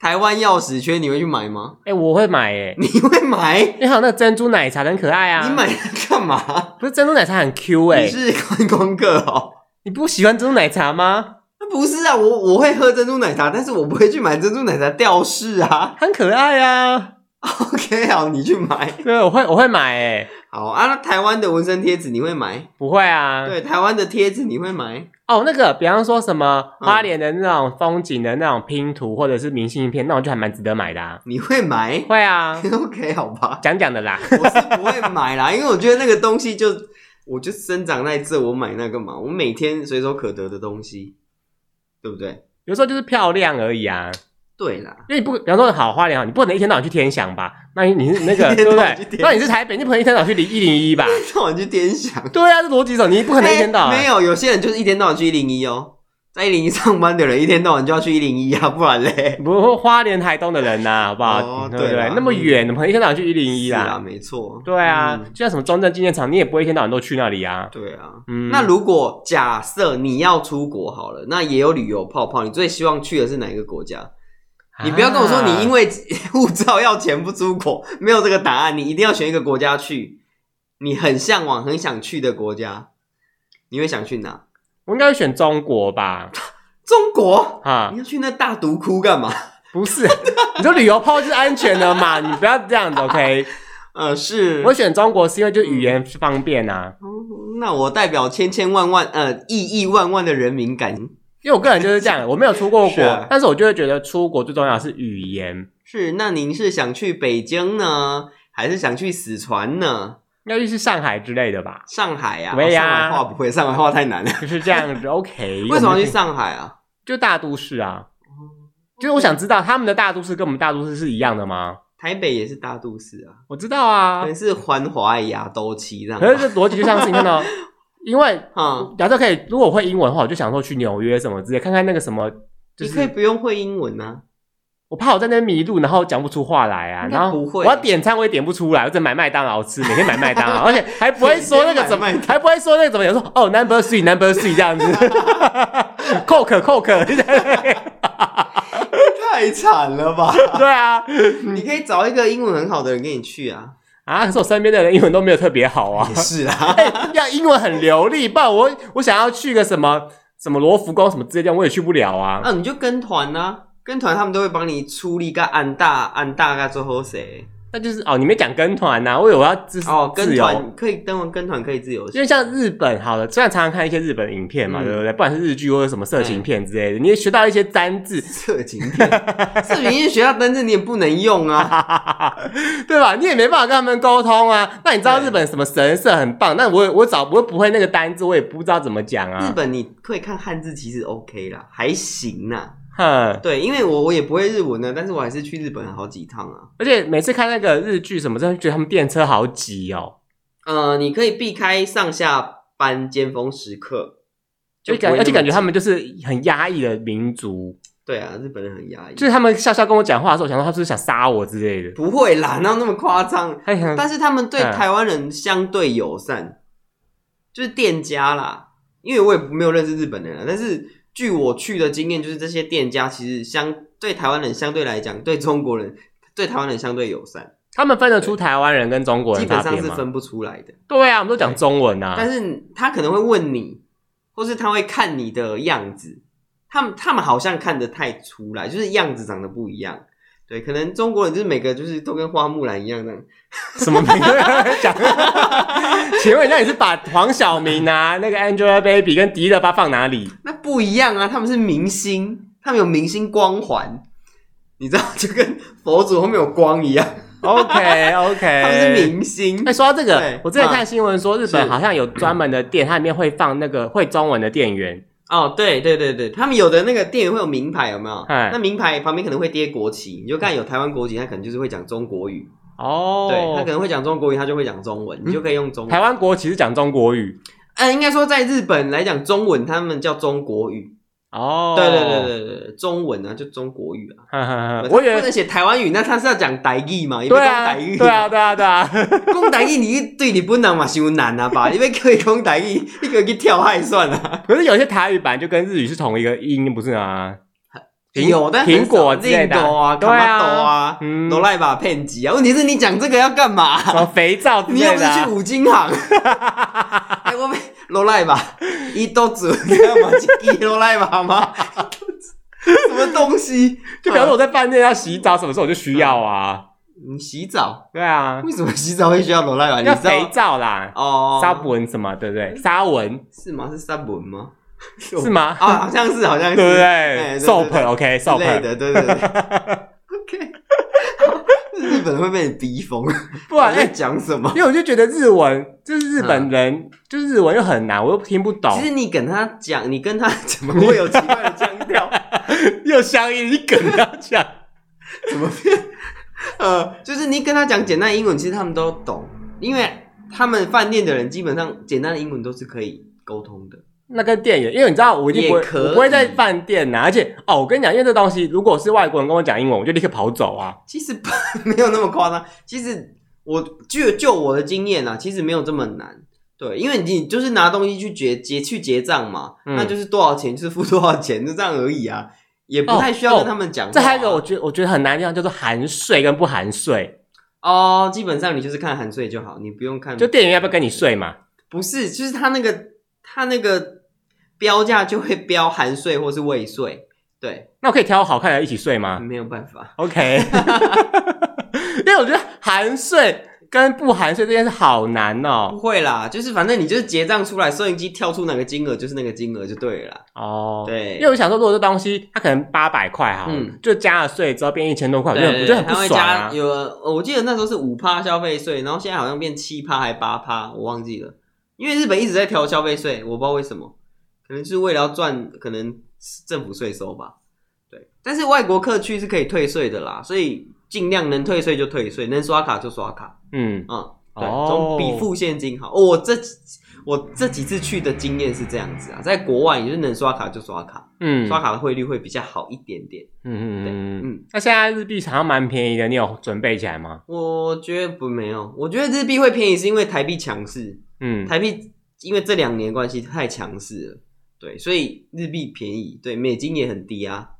Speaker 2: 台湾钥匙圈你会去买吗？
Speaker 1: 哎、我会买哎、
Speaker 2: 你会买？
Speaker 1: 因为还有那个珍珠奶茶很可爱啊。
Speaker 2: 你买它 干嘛？
Speaker 1: 不是珍珠奶茶很 Q 哎、
Speaker 2: 你是观光客哦？
Speaker 1: 你不喜欢珍珠奶茶吗？
Speaker 2: 那不是啊，我我会喝珍珠奶茶，但是我不会去买珍珠奶茶吊饰啊。
Speaker 1: 很可爱啊。
Speaker 2: OK，好，你去买。
Speaker 1: 对，我会我会买哎、
Speaker 2: 好啊，那台湾的纹身贴纸你会买？
Speaker 1: 不会啊。
Speaker 2: 对，台湾的贴纸你会买？
Speaker 1: 哦，那个，比方说什么
Speaker 2: 嗯
Speaker 1: 花莲的那种风景的那种拼图，或者是明信片，那种就还蛮值得买的、啊。
Speaker 2: 你会买
Speaker 1: 会啊，
Speaker 2: ？OK，好吧，
Speaker 1: 讲讲的啦。
Speaker 2: 我是不会买啦，因 为我觉得那个东西就我就生长在这，我买那干嘛？我每天随手可得的东西，对不对？
Speaker 1: 有时候就是漂亮而已啊，
Speaker 2: 对啦，
Speaker 1: 因为你不，比方说好花莲好，你不可能一天到晚去天祥吧？那你你是那
Speaker 2: 一
Speaker 1: 个
Speaker 2: 天
Speaker 1: 对不
Speaker 2: 到晚去
Speaker 1: 对？
Speaker 2: 天
Speaker 1: 那你是台北，你不可能一天到晚去零一零一吧？
Speaker 2: 那我去天祥。
Speaker 1: 对啊，这逻辑上你不可能一天到晚、
Speaker 2: 哎没有，有些人就是一天到晚去一零一哦，在一零一上班的人，一天到晚就要去一零一啊，不 然嘞。
Speaker 1: 不过花莲台东的人呐、好不好？
Speaker 2: 哦
Speaker 1: 对不
Speaker 2: 对啦
Speaker 1: 对？那么远，怎么可能一天到晚去一零一
Speaker 2: 是啊，
Speaker 1: 啦？
Speaker 2: 没错。
Speaker 1: 对啊，
Speaker 2: 嗯
Speaker 1: 就像什么中正纪念场，你也不会一天到晚都去那里啊。
Speaker 2: 对啊。
Speaker 1: 嗯，
Speaker 2: 那如果假设你要出国好了，那也有旅游泡泡，你最希望去的是哪一个国家？
Speaker 1: 啊
Speaker 2: 你不要跟我说你因
Speaker 1: 为
Speaker 2: 为 护照要钱不出国，没有这个答案，你一定要选一个国家去，你很向往、很想去的国家，你会想去哪？
Speaker 1: 我应该会选中国吧？
Speaker 2: 中国，
Speaker 1: 啊
Speaker 2: 你，要去那大毒窟干嘛？
Speaker 1: 不是，你说旅游泡就是安全的嘛，你不要这样子，OK？
Speaker 2: 呃，是
Speaker 1: 我选中国是因为就语言方便啊，
Speaker 2: 哦 那我代表千千万万呃亿亿万万的人民感
Speaker 1: 因为我个人就是这样，我没有出过
Speaker 2: 是
Speaker 1: 国，
Speaker 2: 啊
Speaker 1: 但是我就会觉得出国最重要的是语言。
Speaker 2: 是，那您是想去北京呢，还是想去四川呢？
Speaker 1: 应该就是上海之类的吧，
Speaker 2: 上海呀、
Speaker 1: 对呀
Speaker 2: 哦上海话不会，上海话太难了。
Speaker 1: 就是这样子。OK，
Speaker 2: 为什
Speaker 1: 我
Speaker 2: 么
Speaker 1: 们
Speaker 2: 要
Speaker 1: 就
Speaker 2: 去上海啊？
Speaker 1: 就大都市啊？
Speaker 2: 哦
Speaker 1: 就是我想知道他们的大都市跟我们大都市是一样的吗？
Speaker 2: 台北也是大都市啊，
Speaker 1: 我知道啊
Speaker 2: 可，能是环华亚都期这样吧。
Speaker 1: 可是这逻辑就像是你看 到，因为
Speaker 2: 嗯，
Speaker 1: 假设可以，如果我会英文的话，我就想说去纽约什么之类，看看那个什么，就
Speaker 2: 你可以
Speaker 1: 是
Speaker 2: 不用会英文啊。
Speaker 1: 我怕我在那边迷路，然后讲不出话来啊，
Speaker 2: 应该
Speaker 1: 然后
Speaker 2: 不会
Speaker 1: 我要点餐我也点不出来，我只买麦当劳吃，每天买麦当劳，而且 还不会说那个怎么
Speaker 2: 每天买麦当，
Speaker 1: 还不会说那个怎么，有说哦 number three number three 这样子，coke coke，
Speaker 2: 太惨了吧！
Speaker 1: 对啊，
Speaker 2: 你可以找一个英文很好的人跟你去啊。
Speaker 1: 啊，可是我身边的人英文都没有特别好啊
Speaker 2: 也，是 啊，
Speaker 1: 要英文很流利，不然我我想要去个什么什么罗浮宫什么之类的，我也去不了啊。
Speaker 2: 啊，你就跟团啊，跟团他们都会帮你出力，个按大按大个做好谁
Speaker 1: 那就是哦，你没讲跟团呐、我以为我要自
Speaker 2: 哦，跟
Speaker 1: 自由
Speaker 2: 团可以跟完跟团可以自由行
Speaker 1: 因为像日本好了，虽然常常看一些日本影片嘛，
Speaker 2: 嗯
Speaker 1: 对不对？不管是日剧或者什么色情片之类的，你也学到一些单字，
Speaker 2: 色情片，色情片学校单字你也不能用啊。
Speaker 1: 对吧？你也没办法跟他们沟通啊。那你知道
Speaker 2: 对
Speaker 1: 日本什么神社很棒，但我我找我又不会那个单字，我也不知道怎么讲
Speaker 2: 日
Speaker 1: 啊。
Speaker 2: 本你可以看汉字，其实 OK 啦，还行啦。
Speaker 1: 哼，
Speaker 2: 对，因为我我也不会日文呢，但是我还是去日本好几趟啊。
Speaker 1: 而且每次看那个日剧什么，真的觉得他们电车好挤哦，
Speaker 2: 呃，你可以避开上下班尖峰时刻，
Speaker 1: 就
Speaker 2: 不
Speaker 1: 感
Speaker 2: 会那么
Speaker 1: 而且感觉
Speaker 2: 挤
Speaker 1: 他们就是很压抑的民族，
Speaker 2: 对啊，日本人很压抑，
Speaker 1: 就是他们笑笑跟我讲话的时候，我想说他是不是想杀我之类的。
Speaker 2: 不会啦，哪有那么夸张？
Speaker 1: 他想
Speaker 2: 但是他们对
Speaker 1: 嗯
Speaker 2: 台湾人相对友善，就是店家啦，因为我也没有认识日本人啊，但是据我去的经验，就是这些店家其实相对台湾人相对来讲，对中国人对台湾人相对友善，
Speaker 1: 他们分得出台湾人跟中国
Speaker 2: 基
Speaker 1: 人
Speaker 2: 本
Speaker 1: 差
Speaker 2: 上
Speaker 1: 别
Speaker 2: 是
Speaker 1: 吗？
Speaker 2: 分不出来的。
Speaker 1: 对啊，我们都讲中文啊。
Speaker 2: 但是他可能会问你，或是他会看你的样子，他们他们好像看得太出来，就是样子长得不一样。对，可能中国人就是每个就是都跟花木兰一样那样，
Speaker 1: 什么名 字讲？请问一下，你是把黄晓明 啊、那个 Angelababy 跟迪丽热巴放哪里？
Speaker 2: 那不一样啊，他们是明星，他们有明星光环，你知道，就跟佛祖后面有光一样，
Speaker 1: OK
Speaker 2: 他们是
Speaker 1: OK。
Speaker 2: 明星
Speaker 1: 哎，。说到这
Speaker 2: 对
Speaker 1: 个，我之前
Speaker 2: 嗯
Speaker 1: 看新闻说，日
Speaker 2: 是
Speaker 1: 本好像有专门的店，它里面会放那个会中文的店员。
Speaker 2: 哦，对对对对，他们有的那个店员会有名牌，有没有？
Speaker 1: 哎
Speaker 2: 那名牌旁边可能会贴国旗，你就看有台湾国旗，他可能就是会讲中国语，对他
Speaker 1: 哦
Speaker 2: 可，能会讲中国语，他就会讲中文，你就可以用中文。
Speaker 1: 台湾国旗是讲中国语。
Speaker 2: 嗯、应该说在日本来讲，中文他们叫中国语，
Speaker 1: 哦，
Speaker 2: 对对对对对，中文啊就中国语啊。
Speaker 1: 对哦我以
Speaker 2: 不
Speaker 1: 为
Speaker 2: 能写台湾语，那他是要讲台语嘛？也不
Speaker 1: 对
Speaker 2: 讲
Speaker 1: 啊，
Speaker 2: 台语、
Speaker 1: 对啊，对啊，对啊。
Speaker 2: 讲台语，你对日本人嘛是有难啊 吧？你要可以讲台语，你可以去跳海算啊。
Speaker 1: 可是有些台语版就跟日语是同一个音，不是吗？苹
Speaker 2: 有，但很少
Speaker 1: 苹果之类的
Speaker 2: 令豆啊，
Speaker 1: 对
Speaker 2: 卡
Speaker 1: 啊
Speaker 2: 巴豆啊，
Speaker 1: 嗯哦
Speaker 2: 罗赖吧骗机啊。问题是你讲这个要干嘛？
Speaker 1: 什么肥皂之
Speaker 2: 你又
Speaker 1: 类
Speaker 2: 不
Speaker 1: 的
Speaker 2: 是
Speaker 1: 啊、
Speaker 2: 去五金行？哎， 我们罗赖吧，一豆子，你知道吗？一罗赖吧 吗？什么东西？啊
Speaker 1: 就比方说我在饭店要洗澡什么时候我就需要啊，
Speaker 2: 你洗澡，
Speaker 1: 对啊，
Speaker 2: 为什么洗澡会需要罗赖吧？你
Speaker 1: 要
Speaker 2: 知
Speaker 1: 肥
Speaker 2: 道
Speaker 1: 皂啦，
Speaker 2: 哦，
Speaker 1: 沙文什么，对不对？沙文
Speaker 2: 是吗？是沙文吗？
Speaker 1: 是吗？
Speaker 2: 啊，好像是，好像是，
Speaker 1: 对不
Speaker 2: 哎
Speaker 1: 对
Speaker 2: 对对
Speaker 1: ？soap OK
Speaker 2: 之类
Speaker 1: soap，
Speaker 2: 的，对对对。OK，日本人会被你逼疯，
Speaker 1: 不然
Speaker 2: 我在
Speaker 1: 哎、
Speaker 2: 讲什么？
Speaker 1: 因为我就觉得日文就是日本人，就是日文又很难，我又听不懂
Speaker 2: 其，实你跟他讲，你跟他怎么会有奇怪的腔 调？
Speaker 1: 又相应一梗要讲，
Speaker 2: 怎么变？呃，就是你跟他讲简单的英文，其实他们都懂，因为他们饭店的人基本上简单的英文都是可以沟通的。
Speaker 1: 那跟店员，因为你知道我一定不会，
Speaker 2: 也可以
Speaker 1: 我不会在饭店呐、而且哦，我跟你讲，因为这东西如果是外国人跟我讲英文，我就立刻跑走啊。
Speaker 2: 其实不 没有那么夸张，其实我就就我的经验啊，其实没有这么难。对，因为你就是拿东西去结结去结账嘛，
Speaker 1: 嗯
Speaker 2: 那就是多少钱就是付多少钱，就这样而已啊，也不太需要
Speaker 1: 哦
Speaker 2: 跟他们讲话啊、
Speaker 1: 这还有一个我觉得我觉得很难的地方叫做含税跟不含税，
Speaker 2: 哦，基本上你就是看含税就好，你不用看，
Speaker 1: 就店员要不要跟你睡嘛？
Speaker 2: 不是，就是他那个他那个标价就会标含税或是未税。对，
Speaker 1: 那我可以挑好看的一起睡吗
Speaker 2: 没有办法。
Speaker 1: ？OK，因为我觉得含税跟不含税这件事好难
Speaker 2: 不
Speaker 1: 哦。
Speaker 2: 会啦，就是反正你就是结账出来，收银机跳出哪个金额就是那个金额就对了啦。
Speaker 1: 哦，。
Speaker 2: 对，
Speaker 1: 因为我想说，如果这东西它可能八百块好了，
Speaker 2: 嗯
Speaker 1: 就加了税之后变一千多块，我
Speaker 2: 对
Speaker 1: 觉得我觉得很
Speaker 2: 它
Speaker 1: 不
Speaker 2: 会
Speaker 1: 爽
Speaker 2: 加
Speaker 1: 啊。
Speaker 2: 有，呃我记得那时候是五趴消费税，然后现在好像变七趴还八趴，我忘记了。因为日本一直在调消费税，我不知道为什么，可能就是为了要赚可能政府税收吧。对，但是外国客去是可以退税的啦，所以尽量能退税就退税，能刷卡就刷卡。
Speaker 1: 嗯，
Speaker 2: 嗯，对，
Speaker 1: 哦
Speaker 2: 总比付现金好。哦我这几我这几次去的经验是这样子啊，在国外你就是能刷卡就刷卡，
Speaker 1: 嗯
Speaker 2: 刷卡的汇率会比较好一点点。
Speaker 1: 嗯嗯嗯
Speaker 2: 对
Speaker 1: 嗯
Speaker 2: 嗯。
Speaker 1: 那现在日币好像蛮便宜的，你有准备起来吗？
Speaker 2: 我觉得不没有，我觉得日币会便宜是因为台币强势，
Speaker 1: 嗯，
Speaker 2: 台币因为这两年关系太强势了，对，所以日币便宜，对，美金也很低啊，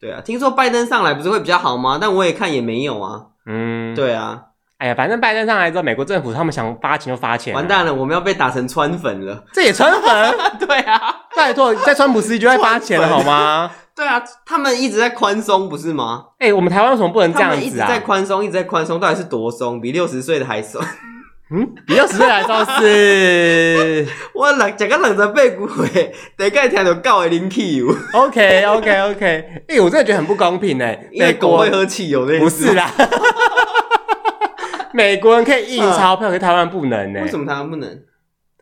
Speaker 2: 对啊，听说拜登上来不是会比较好吗？但我也看也没有啊，
Speaker 1: 嗯，。
Speaker 2: 对啊，
Speaker 1: 哎呀，反正拜登上来之后，美国政府他们想发钱就发钱、啊
Speaker 2: 完，蛋了，我们要被打成川粉了，
Speaker 1: 这也川粉？
Speaker 2: 对啊，
Speaker 1: 拜托，在川普时期就在发钱了好 吗？
Speaker 2: 对啊，他们一直在宽松不是吗？
Speaker 1: 哎、我们台湾为什么不能这
Speaker 2: 他
Speaker 1: 样
Speaker 2: 们一直
Speaker 1: 子
Speaker 2: 在
Speaker 1: 啊？
Speaker 2: 宽松，一直在宽松，到底是多松？比六十岁的还松？
Speaker 1: 嗯，比六十岁来说 是
Speaker 2: 我冷，讲个冷着背骨诶，第一个听到狗的灵气油，
Speaker 1: OK OK OK。哎、我真的觉得很不公平哎、
Speaker 2: 因为
Speaker 1: 美
Speaker 2: 狗
Speaker 1: 国
Speaker 2: 会喝汽油那一
Speaker 1: 不
Speaker 2: 次
Speaker 1: 是 啦，美国人可以印钞票，可是台湾不能呢、欸
Speaker 2: 为什么台湾不能？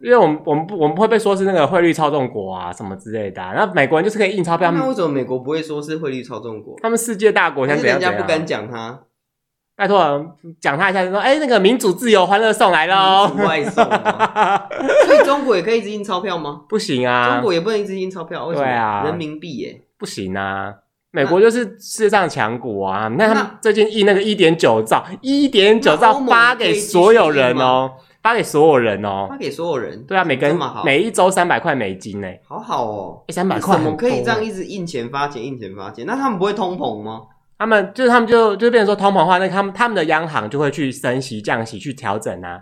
Speaker 1: 因为我们我们不我们会被说是那个汇率操纵国啊什么之类的啊、那美国人就是可以印钞票，他
Speaker 2: 那
Speaker 1: 们
Speaker 2: 为什么美国不会说是汇率操纵国？
Speaker 1: 他们世界大国像
Speaker 2: 但是
Speaker 1: 怎样
Speaker 2: 人
Speaker 1: 怎
Speaker 2: 家
Speaker 1: 样。
Speaker 2: 不敢讲他，
Speaker 1: 拜托讲他一下，就说哎、那个民主自由欢乐送来喽
Speaker 2: 民。族外送啊。 所以中国也可以一直印钞票吗？
Speaker 1: 不行
Speaker 2: 中
Speaker 1: 啊，
Speaker 2: 国也不能一直印钞票，为什么？
Speaker 1: 对啊
Speaker 2: 人民币耶。
Speaker 1: 不行啊！美国就是世界上强国啊！你看他们最近印那个一点九兆，一点九
Speaker 2: 那
Speaker 1: 兆
Speaker 2: 欧盟
Speaker 1: 发
Speaker 2: 可以
Speaker 1: 给
Speaker 2: 继续
Speaker 1: 所有人
Speaker 2: 印
Speaker 1: 哦
Speaker 2: 吗，
Speaker 1: 发给所有人哦
Speaker 2: 发。给所有人。
Speaker 1: 对啊，每个人
Speaker 2: 这么好，
Speaker 1: 每一周三百块美金呢、欸，
Speaker 2: 好好哦。
Speaker 1: 三百
Speaker 2: 为
Speaker 1: 块
Speaker 2: 什
Speaker 1: 很
Speaker 2: 么可以
Speaker 1: 多欸
Speaker 2: 这样一直印钱发钱印钱发钱？那他们不会通膨吗？
Speaker 1: 他们就是他们就就变成说通膨化，那他们他们的央行就会去升息降息去调整啊。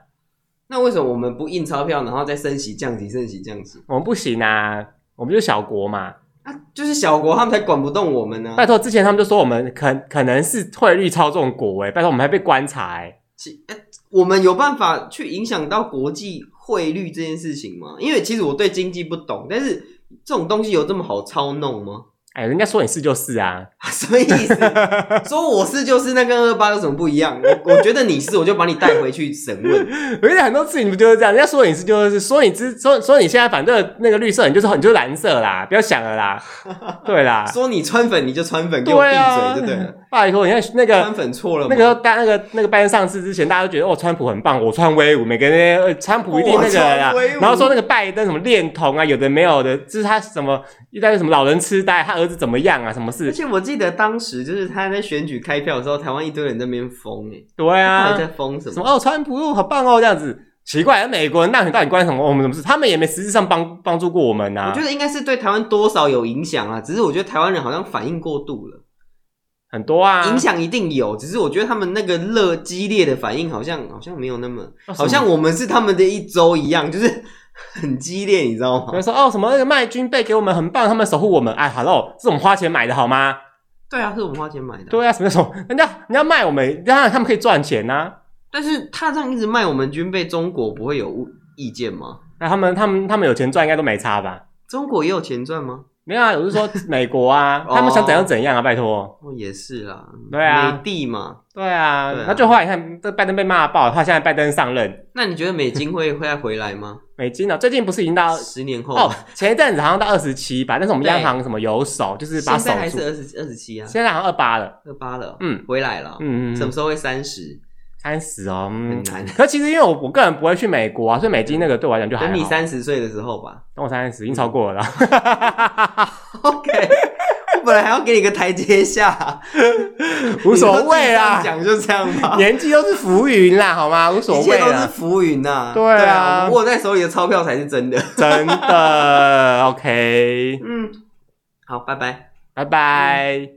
Speaker 2: 那为什么我们不印钞票，然后再升息降息升息降息？
Speaker 1: 我们不行啊，我们就小国嘛。
Speaker 2: 啊，就是小国他们才管不动我们呢、啊
Speaker 1: 拜托，之前他们就说我们可可能是汇率操纵国哎、拜托我们还被观察哎、
Speaker 2: 其哎我们有办法去影响到国际汇率这件事情吗？因为其实我对经济不懂，但是这种东西有这么好操弄吗？
Speaker 1: 哎、人家说你是就是啊，
Speaker 2: 什么意 思？说我是就是那跟二八有什么不一样？我我觉得你是，我就把你带回去审 问。
Speaker 1: 我跟你讲，很多事情不就是这样？人家说你是就是，说你之说说你现在反正那个绿色，你就是你就是蓝色啦，不要想了 啦，对啦，
Speaker 2: 说你川粉你就川粉，给我
Speaker 1: 对
Speaker 2: 闭
Speaker 1: 啊，
Speaker 2: 嘴就对了。
Speaker 1: 拜托，你看那
Speaker 2: 川
Speaker 1: 个
Speaker 2: 粉错
Speaker 1: 啊
Speaker 2: 了吗
Speaker 1: 那个时候大那个那个拜登上市之前，大家都觉得哦，川普很棒，我川威武，每个人呃川普一定那个啦
Speaker 2: 我川威，武
Speaker 1: 然后说那个拜登什么恋童啊，有的没有的，就是他什么一代什么老人痴呆，他儿子怎么样啊，什么
Speaker 2: 而
Speaker 1: 事？
Speaker 2: 且我记得当时就是他在选举开票的时候，台湾一堆人在那边疯哎，
Speaker 1: 对
Speaker 2: 到
Speaker 1: 啊
Speaker 2: 底，在疯什
Speaker 1: 什
Speaker 2: 么？
Speaker 1: 么哦，川普哦好棒哦，这样子。奇怪，美国人那你到底关什么我们什么事？他们也没实质上帮帮助过我们呐、啊
Speaker 2: 我觉得应该是对台湾多少有影响啊，只是我觉得台湾人好像反应过度了，
Speaker 1: 很多啊，
Speaker 2: 影响一定有，只是我觉得他们那个热激烈的反应好像好像没有那么，
Speaker 1: 哦
Speaker 2: 好像我们是他们的一周一样，就是很激烈，你知道
Speaker 1: 比
Speaker 2: 吗
Speaker 1: 如？说哦，什么那个卖军备给我们很棒，他们守护我们。哎，hello，是我们花钱买的好吗？
Speaker 2: 对啊，是我们花钱买的。
Speaker 1: 对啊，什么什么，人家人家卖我们，当然他们可以赚钱呐、啊。
Speaker 2: 但是他这样一直卖我们军备，中国不会有误意见吗？
Speaker 1: 那他们他们他们有钱赚，应该都没差吧？
Speaker 2: 中国也有钱赚吗？
Speaker 1: 没有啊，我是说美国啊，他们想怎样怎样啊，拜托。
Speaker 2: 哦，也是啦，
Speaker 1: 对啊
Speaker 2: 美帝嘛。
Speaker 1: 对啊
Speaker 2: 对啊，
Speaker 1: 那最后来你看，这拜登被骂爆，他现在拜登上任，
Speaker 2: 那你觉得美金会会再回来吗？
Speaker 1: 美金呢、啊最近不是已经到
Speaker 2: 十年后，
Speaker 1: 哦，前一阵子好像到二十七吧，但是我们
Speaker 2: 对
Speaker 1: 央行什么有手，就是把
Speaker 2: 现
Speaker 1: 手
Speaker 2: 在还
Speaker 1: 住
Speaker 2: 是，二十二十七啊，
Speaker 1: 现在好像二八了，
Speaker 2: 二八了，
Speaker 1: 嗯，
Speaker 2: 回来了，
Speaker 1: 嗯嗯
Speaker 2: 什么
Speaker 1: 嗯，
Speaker 2: 时候会三十？
Speaker 1: 三十哦，
Speaker 2: 很
Speaker 1: 嗯。
Speaker 2: 难，
Speaker 1: 可其实因为我我个人不会去美国啊，所以美金那个对我来讲就还
Speaker 2: 等
Speaker 1: 好。
Speaker 2: 你三十岁的时候吧。
Speaker 1: 等我三十，已经超过 了啦。
Speaker 2: OK，我 本来还要给你个台阶下，
Speaker 1: 无所谓啦
Speaker 2: 你都自己这样讲就这样 吧。
Speaker 1: 年纪都是浮云啦，好吗？无所
Speaker 2: 一
Speaker 1: 谓
Speaker 2: 切都是
Speaker 1: 啦，
Speaker 2: 浮云呐、
Speaker 1: 对啊
Speaker 2: 啊，我握在手里的钞票才是真的。
Speaker 1: 真的。OK，
Speaker 2: 嗯，好，拜拜。
Speaker 1: 拜拜。